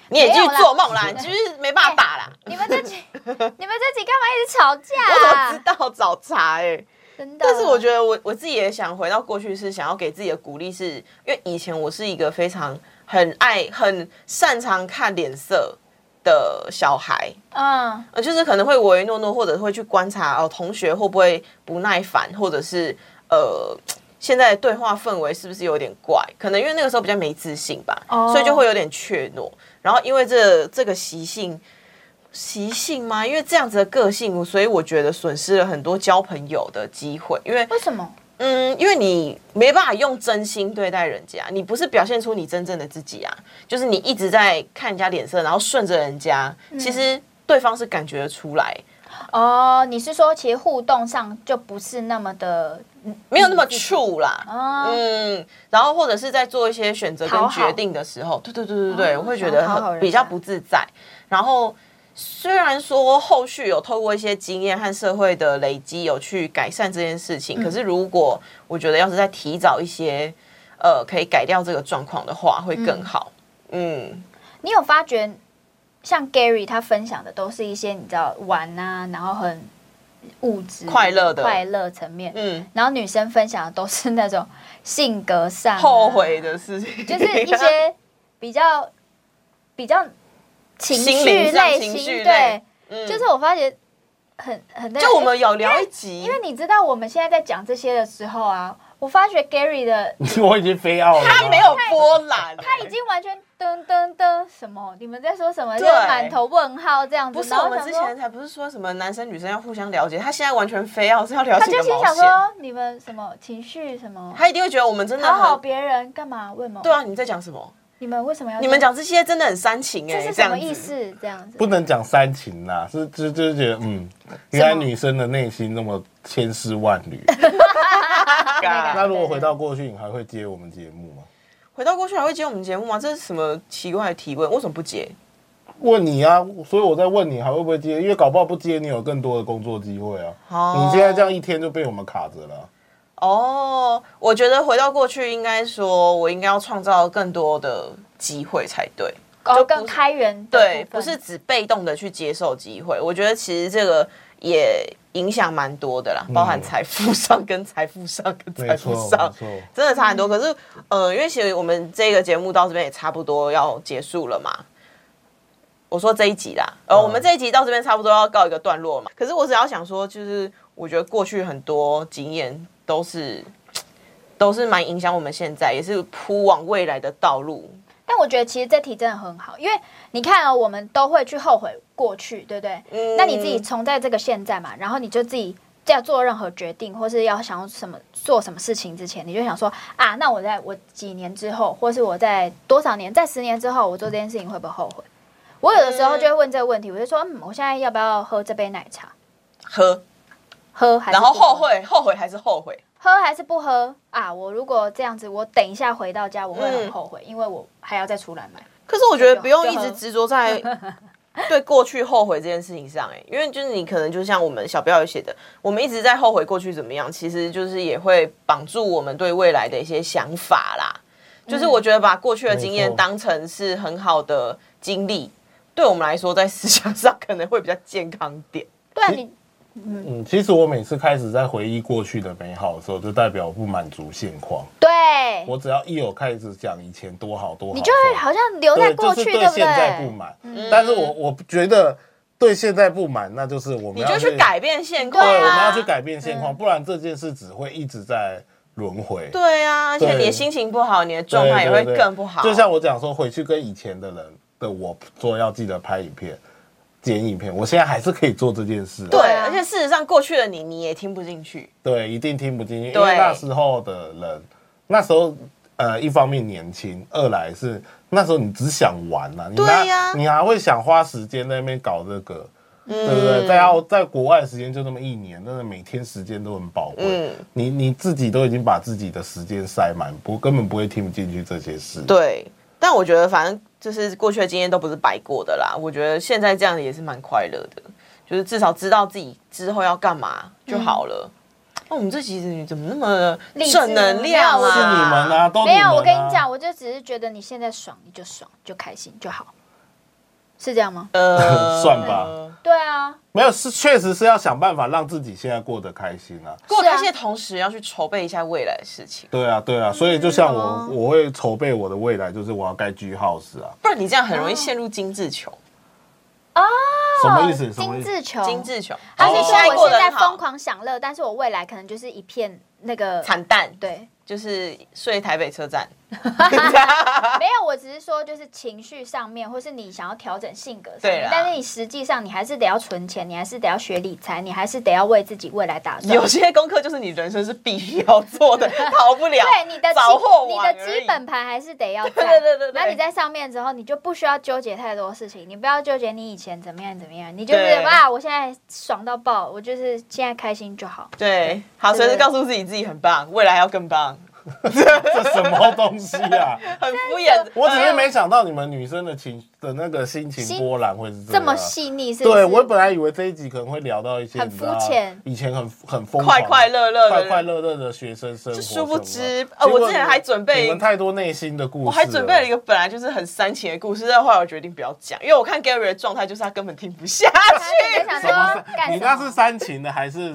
[SPEAKER 2] 你也继续
[SPEAKER 1] 没有啦哎
[SPEAKER 2] 做梦啦，你就是没办法打 啦。
[SPEAKER 1] 你们这 几你们这几干嘛一直吵架
[SPEAKER 2] 我怎
[SPEAKER 1] 啊？
[SPEAKER 2] 么知道找茬哎、
[SPEAKER 1] 真的，
[SPEAKER 2] 但是我觉得我我自己也想回到过去，是想要给自己的鼓励，是因为以前我是一个非常很爱、很擅长看脸色的小孩，
[SPEAKER 1] 得，嗯，
[SPEAKER 2] 呃，就是可能会唯唯诺诺，或者会去观察哦，同学会不会不耐烦，或者是呃，现在的对话氛围是不是有点怪？可能因为那个时候比较没自信吧，
[SPEAKER 1] 哦
[SPEAKER 2] 所以就会有点怯懦。然后因为这这个习性，习性吗？因为这样子的个性，所以我觉得损失了很多交朋友的机会。因为
[SPEAKER 1] 为什么？
[SPEAKER 2] 嗯，因为你没办法用真心对待人家，你不是表现出你真正的自己啊，就是你一直在看人家脸色，然后顺着人家，其实对方是感觉得出来，
[SPEAKER 1] 哦，你是说其实互动上就不是那么的嗯
[SPEAKER 2] 没有那么怵啦。
[SPEAKER 1] 啊？
[SPEAKER 2] 嗯，然后或者是在做一些选择
[SPEAKER 1] 讨
[SPEAKER 2] 跟
[SPEAKER 1] 好
[SPEAKER 2] 决定的时候，对对对对对，
[SPEAKER 1] 哦
[SPEAKER 2] 我会觉
[SPEAKER 1] 想
[SPEAKER 2] 得
[SPEAKER 1] 讨好
[SPEAKER 2] 很
[SPEAKER 1] 人
[SPEAKER 2] 比较
[SPEAKER 1] 家
[SPEAKER 2] 不自在。然后虽然说后续有透过一些经验和社会的累积，有去改善这件事
[SPEAKER 1] 嗯
[SPEAKER 2] 情，可是如果我觉得要是再提早一些，呃，可以改掉这个状况的话，会更好。嗯，
[SPEAKER 1] 你有发觉，像 Gary 他分享的都是一些你知道玩啊，然后很物质、
[SPEAKER 2] 快乐的
[SPEAKER 1] 快乐层面，
[SPEAKER 2] 嗯
[SPEAKER 1] 然后女生分享的都是那种性格上啊
[SPEAKER 2] 后悔的事情
[SPEAKER 1] 就是一些比较比较情
[SPEAKER 2] 心
[SPEAKER 1] 绪
[SPEAKER 2] 灵上
[SPEAKER 1] 类
[SPEAKER 2] 情
[SPEAKER 1] 型
[SPEAKER 2] 绪
[SPEAKER 1] 对
[SPEAKER 2] 类，嗯
[SPEAKER 1] 就是我发觉很很
[SPEAKER 2] 就我们有聊一集，
[SPEAKER 1] 因为你知道我们现在在讲这些的时候啊，我发觉 Gary 的
[SPEAKER 3] 我已经飞奥了。
[SPEAKER 2] 他没有波澜，欸他
[SPEAKER 1] 他已经完全噔噔噔什么，你们在说什么？就
[SPEAKER 2] 对
[SPEAKER 1] 满头问号这样子。
[SPEAKER 2] 不是
[SPEAKER 1] 然后
[SPEAKER 2] 我们
[SPEAKER 1] 想
[SPEAKER 2] 之
[SPEAKER 1] 说
[SPEAKER 2] 前才不是说什么男生女生要互相了解，他现在完全非要是要了
[SPEAKER 1] 他
[SPEAKER 2] 解
[SPEAKER 1] 就
[SPEAKER 2] 个
[SPEAKER 1] 心
[SPEAKER 2] 毛
[SPEAKER 1] 想
[SPEAKER 2] 线，
[SPEAKER 1] 说你们什么情绪什么，
[SPEAKER 2] 他一定会觉得我们真的
[SPEAKER 1] 讨好
[SPEAKER 2] 很
[SPEAKER 1] 别人干嘛？为什么？
[SPEAKER 2] 对啊，你在讲什么？
[SPEAKER 1] 你们为什么要？
[SPEAKER 2] 你们讲这些真的很煽情
[SPEAKER 1] 这
[SPEAKER 2] 哎，
[SPEAKER 1] 是
[SPEAKER 2] 这
[SPEAKER 1] 什
[SPEAKER 2] 样
[SPEAKER 1] 么
[SPEAKER 2] 子
[SPEAKER 1] 意？思？这样子
[SPEAKER 3] 不能讲煽情啦，是就就是觉得嗯，原来女生的内心那么千丝万缕。
[SPEAKER 1] 啊
[SPEAKER 2] 啊
[SPEAKER 3] 那如果回到过去，你还会接我们节目吗？
[SPEAKER 2] 回到过去还会接我们节目吗？这是什么奇怪的提问？为什么不接？
[SPEAKER 3] 问你啊，所以我在问你还会不会接，因为搞不好不接你有更多的工作机会啊。
[SPEAKER 2] 哦
[SPEAKER 3] 你现在这样一天就被我们卡着了。啊
[SPEAKER 2] 哦，我觉得回到过去应该说，我应该要创造更多的机会才对。
[SPEAKER 1] 哦，
[SPEAKER 2] 就不
[SPEAKER 1] 更
[SPEAKER 2] 是
[SPEAKER 1] 开源的
[SPEAKER 2] 对，
[SPEAKER 1] 部分
[SPEAKER 2] 不是只被动的去接受机会。我觉得其实这个也影响蛮多的啦，包含财富上、跟财富上、跟财
[SPEAKER 3] 嗯没
[SPEAKER 2] 富
[SPEAKER 3] 错，
[SPEAKER 2] 上
[SPEAKER 3] 没，错。
[SPEAKER 2] 真的差很多。可是，呃，因为其实我们这个节目到这边也差不多要结束了嘛。我说这一集啦，呃，我们这一集到这边差不多要告一个段落嘛。可是我只要想说，就是我觉得过去很多经验都是都是蛮影响我们现在，也是铺往未来的道路。
[SPEAKER 1] 但我觉得其实这题真的很好，因为你看哦，
[SPEAKER 2] 嗯
[SPEAKER 1] 我们都会去后悔过去，对不对？那你自己从在这个现在嘛，然后你就自己要做任何决定，或是要想要什么做什么事情之前，你就想说啊，那我在我几年之后，或是我在多少年，在十年之后，我做这件事情会不会后悔？我有的时候就会问这个问题，我就说，嗯，我现在要不要喝这杯奶茶？
[SPEAKER 2] 喝，
[SPEAKER 1] 喝还是
[SPEAKER 2] 然后
[SPEAKER 1] 不喝
[SPEAKER 2] 后悔，后悔还是后悔。
[SPEAKER 1] 喝还是不喝啊？我如果这样子，我等一下回到家我会很后悔，因为我还要再出来买。
[SPEAKER 2] 嗯可是我觉得不用
[SPEAKER 1] 就
[SPEAKER 2] 一
[SPEAKER 1] 喝
[SPEAKER 2] 直执着在对过去后悔这件事情上、欸，因为就是你可能就像我们小标也写的，我们一直在后悔过去怎么样，其实就是也会绑住我们对未来的一些想法啦。就是我觉得把过去的经
[SPEAKER 3] 没
[SPEAKER 2] 验
[SPEAKER 3] 错
[SPEAKER 2] 当成是很好的经历，对我们来说在思想上可能会比较健康点。
[SPEAKER 1] 对啊，你
[SPEAKER 3] 嗯，其实我每次开始在回忆过去的美好的时候，就代表我不满足现况。
[SPEAKER 1] 对，
[SPEAKER 3] 我只要一有开始讲以前多好多好的
[SPEAKER 1] 你
[SPEAKER 3] 时
[SPEAKER 1] 就
[SPEAKER 3] 候，
[SPEAKER 1] 会好像留在
[SPEAKER 3] 对，
[SPEAKER 1] 过
[SPEAKER 3] 就
[SPEAKER 1] 去，
[SPEAKER 3] 是
[SPEAKER 1] 对
[SPEAKER 3] 对
[SPEAKER 1] 不
[SPEAKER 3] 现在不
[SPEAKER 1] 对？
[SPEAKER 3] 满。
[SPEAKER 2] 嗯
[SPEAKER 3] 但是我我觉得对现在不满，那就是我们
[SPEAKER 2] 你
[SPEAKER 3] 要
[SPEAKER 2] 就去改变现
[SPEAKER 1] 对
[SPEAKER 2] 况
[SPEAKER 3] 对，我们
[SPEAKER 2] 啊
[SPEAKER 3] 要去，改变现况，不然这件事只会一直在轮回。
[SPEAKER 2] 对啊，而且
[SPEAKER 3] 对
[SPEAKER 2] 你的心情不好，你的
[SPEAKER 3] 对，
[SPEAKER 2] 状态也会
[SPEAKER 3] 对对
[SPEAKER 2] 更不好。
[SPEAKER 3] 就像我讲说，回去跟以前的人的我说要记得拍影片、剪影片，我现在还是可以做这件事啊、
[SPEAKER 2] 对，
[SPEAKER 1] 对啊
[SPEAKER 2] 而且事实上过去的你，你也听不进去。
[SPEAKER 3] 对，一定听不进去，因
[SPEAKER 2] 对
[SPEAKER 3] 为那时候的人，那时候呃，一方面年轻，二来是那时候你只想玩呐、啊，你哪
[SPEAKER 2] 对呀
[SPEAKER 3] 你还会想花时间在那边搞这个。对不对？在澳在国外的时间就那么一年，真的每天时间都很宝贵。
[SPEAKER 2] 嗯
[SPEAKER 3] 你你自己都已经把自己的时间塞满，不根本不会听不进去这些事。
[SPEAKER 2] 对，但我觉得反正就是过去的经验都不是白过的啦。我觉得现在这样也是蛮快乐的，就是至少知道自己之后要干嘛就好了。那、我们这集你怎么那
[SPEAKER 1] 嗯励
[SPEAKER 2] 么
[SPEAKER 1] 志
[SPEAKER 2] 正能量
[SPEAKER 1] 没有
[SPEAKER 2] 啊？
[SPEAKER 1] 我
[SPEAKER 3] 是你们啊，都你
[SPEAKER 1] 没
[SPEAKER 3] 们啊
[SPEAKER 1] 有，我跟你讲，，我就只是觉得你现在爽，你就爽，就开心就好，是这样吗？
[SPEAKER 2] 呃
[SPEAKER 3] 算吧。
[SPEAKER 1] 对啊，
[SPEAKER 3] 没有是确实是要想办法让自己现在过得开心啊。
[SPEAKER 2] 过
[SPEAKER 1] 是啊
[SPEAKER 2] 开心的同时，要去筹备一下未来的事情，
[SPEAKER 3] 对啊，对啊，所以就像我，
[SPEAKER 1] 哦
[SPEAKER 3] 我会筹备我的未来，就是我要盖 G house 啊，
[SPEAKER 2] 不然你这样很
[SPEAKER 1] 哦
[SPEAKER 2] 容易陷入精致穷。
[SPEAKER 3] 什么意思？什么
[SPEAKER 1] 哦金
[SPEAKER 3] 意思？哦
[SPEAKER 1] 志琼，
[SPEAKER 2] 精致穷，
[SPEAKER 1] 他是
[SPEAKER 2] 你
[SPEAKER 1] 说
[SPEAKER 2] 哦现在
[SPEAKER 1] 我
[SPEAKER 2] 过得
[SPEAKER 1] 现在
[SPEAKER 2] 很好
[SPEAKER 1] 疯狂享乐，但是我未来可能就是一片那个
[SPEAKER 2] 惨淡，
[SPEAKER 1] 对，
[SPEAKER 2] 就是睡台北车站。
[SPEAKER 1] 没有，我只是说就是情绪上面，或是你想要调整性格上
[SPEAKER 2] 对
[SPEAKER 1] 面
[SPEAKER 2] 啦，
[SPEAKER 1] 但是你实际上你还是得要存钱，你还是得要学理财，你还是得要为自己未来打算。
[SPEAKER 2] 有些功课就是你人生是必须要 做的，逃不了。
[SPEAKER 1] 对你的基
[SPEAKER 2] 早或
[SPEAKER 1] 你
[SPEAKER 2] 晚
[SPEAKER 1] 的
[SPEAKER 2] 而已
[SPEAKER 1] 基本盘还是得要在，
[SPEAKER 2] 对对对对
[SPEAKER 1] 那你在上面之后，你就不需要纠结太多事情，你不要纠结你以前怎么样怎么样，你就是
[SPEAKER 2] 对
[SPEAKER 1] 哇，我现在爽到爆，我就是现在开心就好。
[SPEAKER 2] 对，好，随时
[SPEAKER 1] 对对
[SPEAKER 2] 告诉自己自己很棒，未来要更棒，
[SPEAKER 3] 这什么东西啊？
[SPEAKER 2] 很敷衍。
[SPEAKER 3] 我只是没想到你们女生的情的那个心情
[SPEAKER 1] 心
[SPEAKER 3] 波澜会是这
[SPEAKER 1] 这
[SPEAKER 3] 样
[SPEAKER 1] 么。细腻是不是？
[SPEAKER 3] 啊对，我本来以为这一集可能会聊到一些
[SPEAKER 1] 很
[SPEAKER 3] 你知道
[SPEAKER 1] 肤浅
[SPEAKER 3] 以前很很疯狂、
[SPEAKER 2] 快快乐乐的
[SPEAKER 3] 快快乐乐的学生生活
[SPEAKER 2] 就
[SPEAKER 3] 什么的。
[SPEAKER 2] 殊不知
[SPEAKER 3] 结
[SPEAKER 2] 呃
[SPEAKER 3] 果
[SPEAKER 2] 我之前还准备
[SPEAKER 3] 你们太多内心的故事，
[SPEAKER 2] 我还准备了一
[SPEAKER 3] 个。
[SPEAKER 2] 个本来就是很煽情的故事，但后来我决定不要讲，因为我看 Gary 的状态就是他根本听不下
[SPEAKER 1] 他就
[SPEAKER 2] 去，
[SPEAKER 1] 想
[SPEAKER 3] 什么
[SPEAKER 1] 说
[SPEAKER 3] 是？
[SPEAKER 1] 干
[SPEAKER 3] 你
[SPEAKER 1] 什
[SPEAKER 3] 那是
[SPEAKER 1] 么？
[SPEAKER 3] 煽情的还是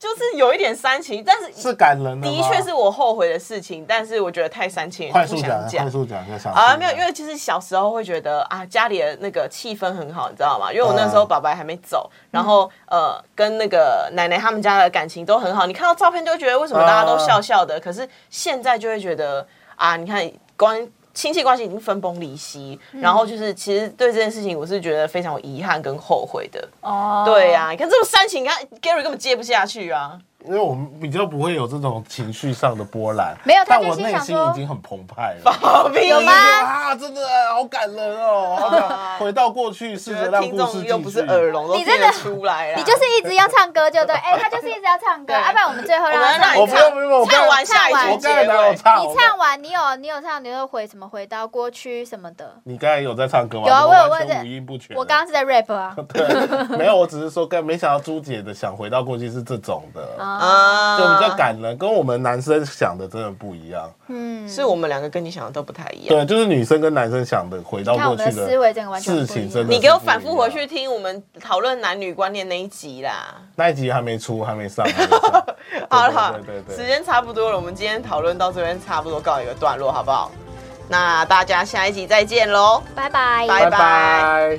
[SPEAKER 2] 就是有一点煽情，但是
[SPEAKER 3] 是感人的
[SPEAKER 2] 的
[SPEAKER 3] 吗
[SPEAKER 2] 确是我后悔的事情，但是我觉得太煽情，
[SPEAKER 3] 快
[SPEAKER 2] 了，
[SPEAKER 3] 速
[SPEAKER 2] 不
[SPEAKER 3] 讲
[SPEAKER 2] 想
[SPEAKER 3] 一下，
[SPEAKER 2] 讲
[SPEAKER 3] 快。速讲一下，想
[SPEAKER 2] 啊，
[SPEAKER 1] 嗯
[SPEAKER 3] 听
[SPEAKER 2] 没有，
[SPEAKER 3] 一
[SPEAKER 2] 因
[SPEAKER 3] 下
[SPEAKER 2] 为其实小时候会觉得啊，家里的那个气氛很好，你知道吗？因为我那时候
[SPEAKER 3] 嗯
[SPEAKER 2] 爸爸还没走，然后呃，跟那个奶奶他们家的感情都很好。你看到照片就会觉得为什么大家都笑笑
[SPEAKER 1] 嗯
[SPEAKER 2] 的，可是现在就会觉得啊，你看关。亲戚关系已经分崩离析，
[SPEAKER 1] 嗯
[SPEAKER 2] 然后就是其实对这件事情我是觉得非常有遗憾跟后悔的。
[SPEAKER 1] 哦，
[SPEAKER 2] 对呀、你看这种煽情，你看 Gary 根本接不下去啊。
[SPEAKER 3] 因为我们比较不会有这种情绪上的波澜，
[SPEAKER 1] 没有他
[SPEAKER 3] 但
[SPEAKER 1] 就
[SPEAKER 3] 我
[SPEAKER 1] 心
[SPEAKER 3] 内
[SPEAKER 1] 想
[SPEAKER 3] 心
[SPEAKER 1] 说
[SPEAKER 3] 已经很澎湃了。
[SPEAKER 2] 好 屁
[SPEAKER 1] 有吗
[SPEAKER 3] 啊，真的好感人哦！好想回到过去，试
[SPEAKER 2] 觉
[SPEAKER 3] 着
[SPEAKER 2] 得
[SPEAKER 3] 让
[SPEAKER 2] 听
[SPEAKER 3] 故事
[SPEAKER 2] 众
[SPEAKER 3] 继
[SPEAKER 2] 又不是
[SPEAKER 3] 续
[SPEAKER 2] 耳聋，都
[SPEAKER 1] 你
[SPEAKER 2] 听
[SPEAKER 1] 真
[SPEAKER 2] 得
[SPEAKER 1] 的
[SPEAKER 2] 出来啦。啊
[SPEAKER 1] 你就是一直要唱歌就对，哎，他就是一直要唱歌，
[SPEAKER 2] 对
[SPEAKER 1] 要不然我们最后
[SPEAKER 2] 我
[SPEAKER 1] 让
[SPEAKER 2] 们
[SPEAKER 1] 他
[SPEAKER 2] 让
[SPEAKER 1] 唱
[SPEAKER 2] 你
[SPEAKER 3] 我不用不用我刚
[SPEAKER 2] 唱完下一
[SPEAKER 1] 唱
[SPEAKER 2] 句
[SPEAKER 3] 我
[SPEAKER 1] 完
[SPEAKER 2] 结
[SPEAKER 3] 刚才哪有
[SPEAKER 2] 尾。
[SPEAKER 3] 唱？
[SPEAKER 1] 你唱完，你有你有唱，你就回什么回到过去什么的。
[SPEAKER 3] 你刚才有在唱歌吗？
[SPEAKER 1] 有啊
[SPEAKER 3] 怎么
[SPEAKER 1] 我有
[SPEAKER 3] 完全
[SPEAKER 1] 问
[SPEAKER 3] 五音不全。
[SPEAKER 1] 我刚刚是在 rap 啊，
[SPEAKER 3] 对，没有，我只是说，刚没想到朱姐的想回到过去是这种的，
[SPEAKER 1] 啊，
[SPEAKER 2] 啊
[SPEAKER 3] 就比较感人，跟我们男生想的真的不一样。
[SPEAKER 1] 嗯，
[SPEAKER 2] 是我们两个跟你想的都不太一样。
[SPEAKER 3] 对，就是女生跟男生想的回到
[SPEAKER 1] 你看
[SPEAKER 3] 过
[SPEAKER 1] 我
[SPEAKER 3] 去
[SPEAKER 1] 们的思维整个完全不一
[SPEAKER 3] 事
[SPEAKER 1] 样
[SPEAKER 3] 情真的是不一样，
[SPEAKER 2] 你给我反复回去听我们讨论男女观念那一集啦。
[SPEAKER 3] 那一集还没出，还没上。还没 上
[SPEAKER 2] 好了，好
[SPEAKER 3] 对对对
[SPEAKER 2] 时
[SPEAKER 3] 对，
[SPEAKER 2] 间差不多了，我们今天讨论到这边差不多告一个段落，好不好？那大家下一集再见喽。
[SPEAKER 1] 拜拜，
[SPEAKER 2] 拜
[SPEAKER 3] 拜拜。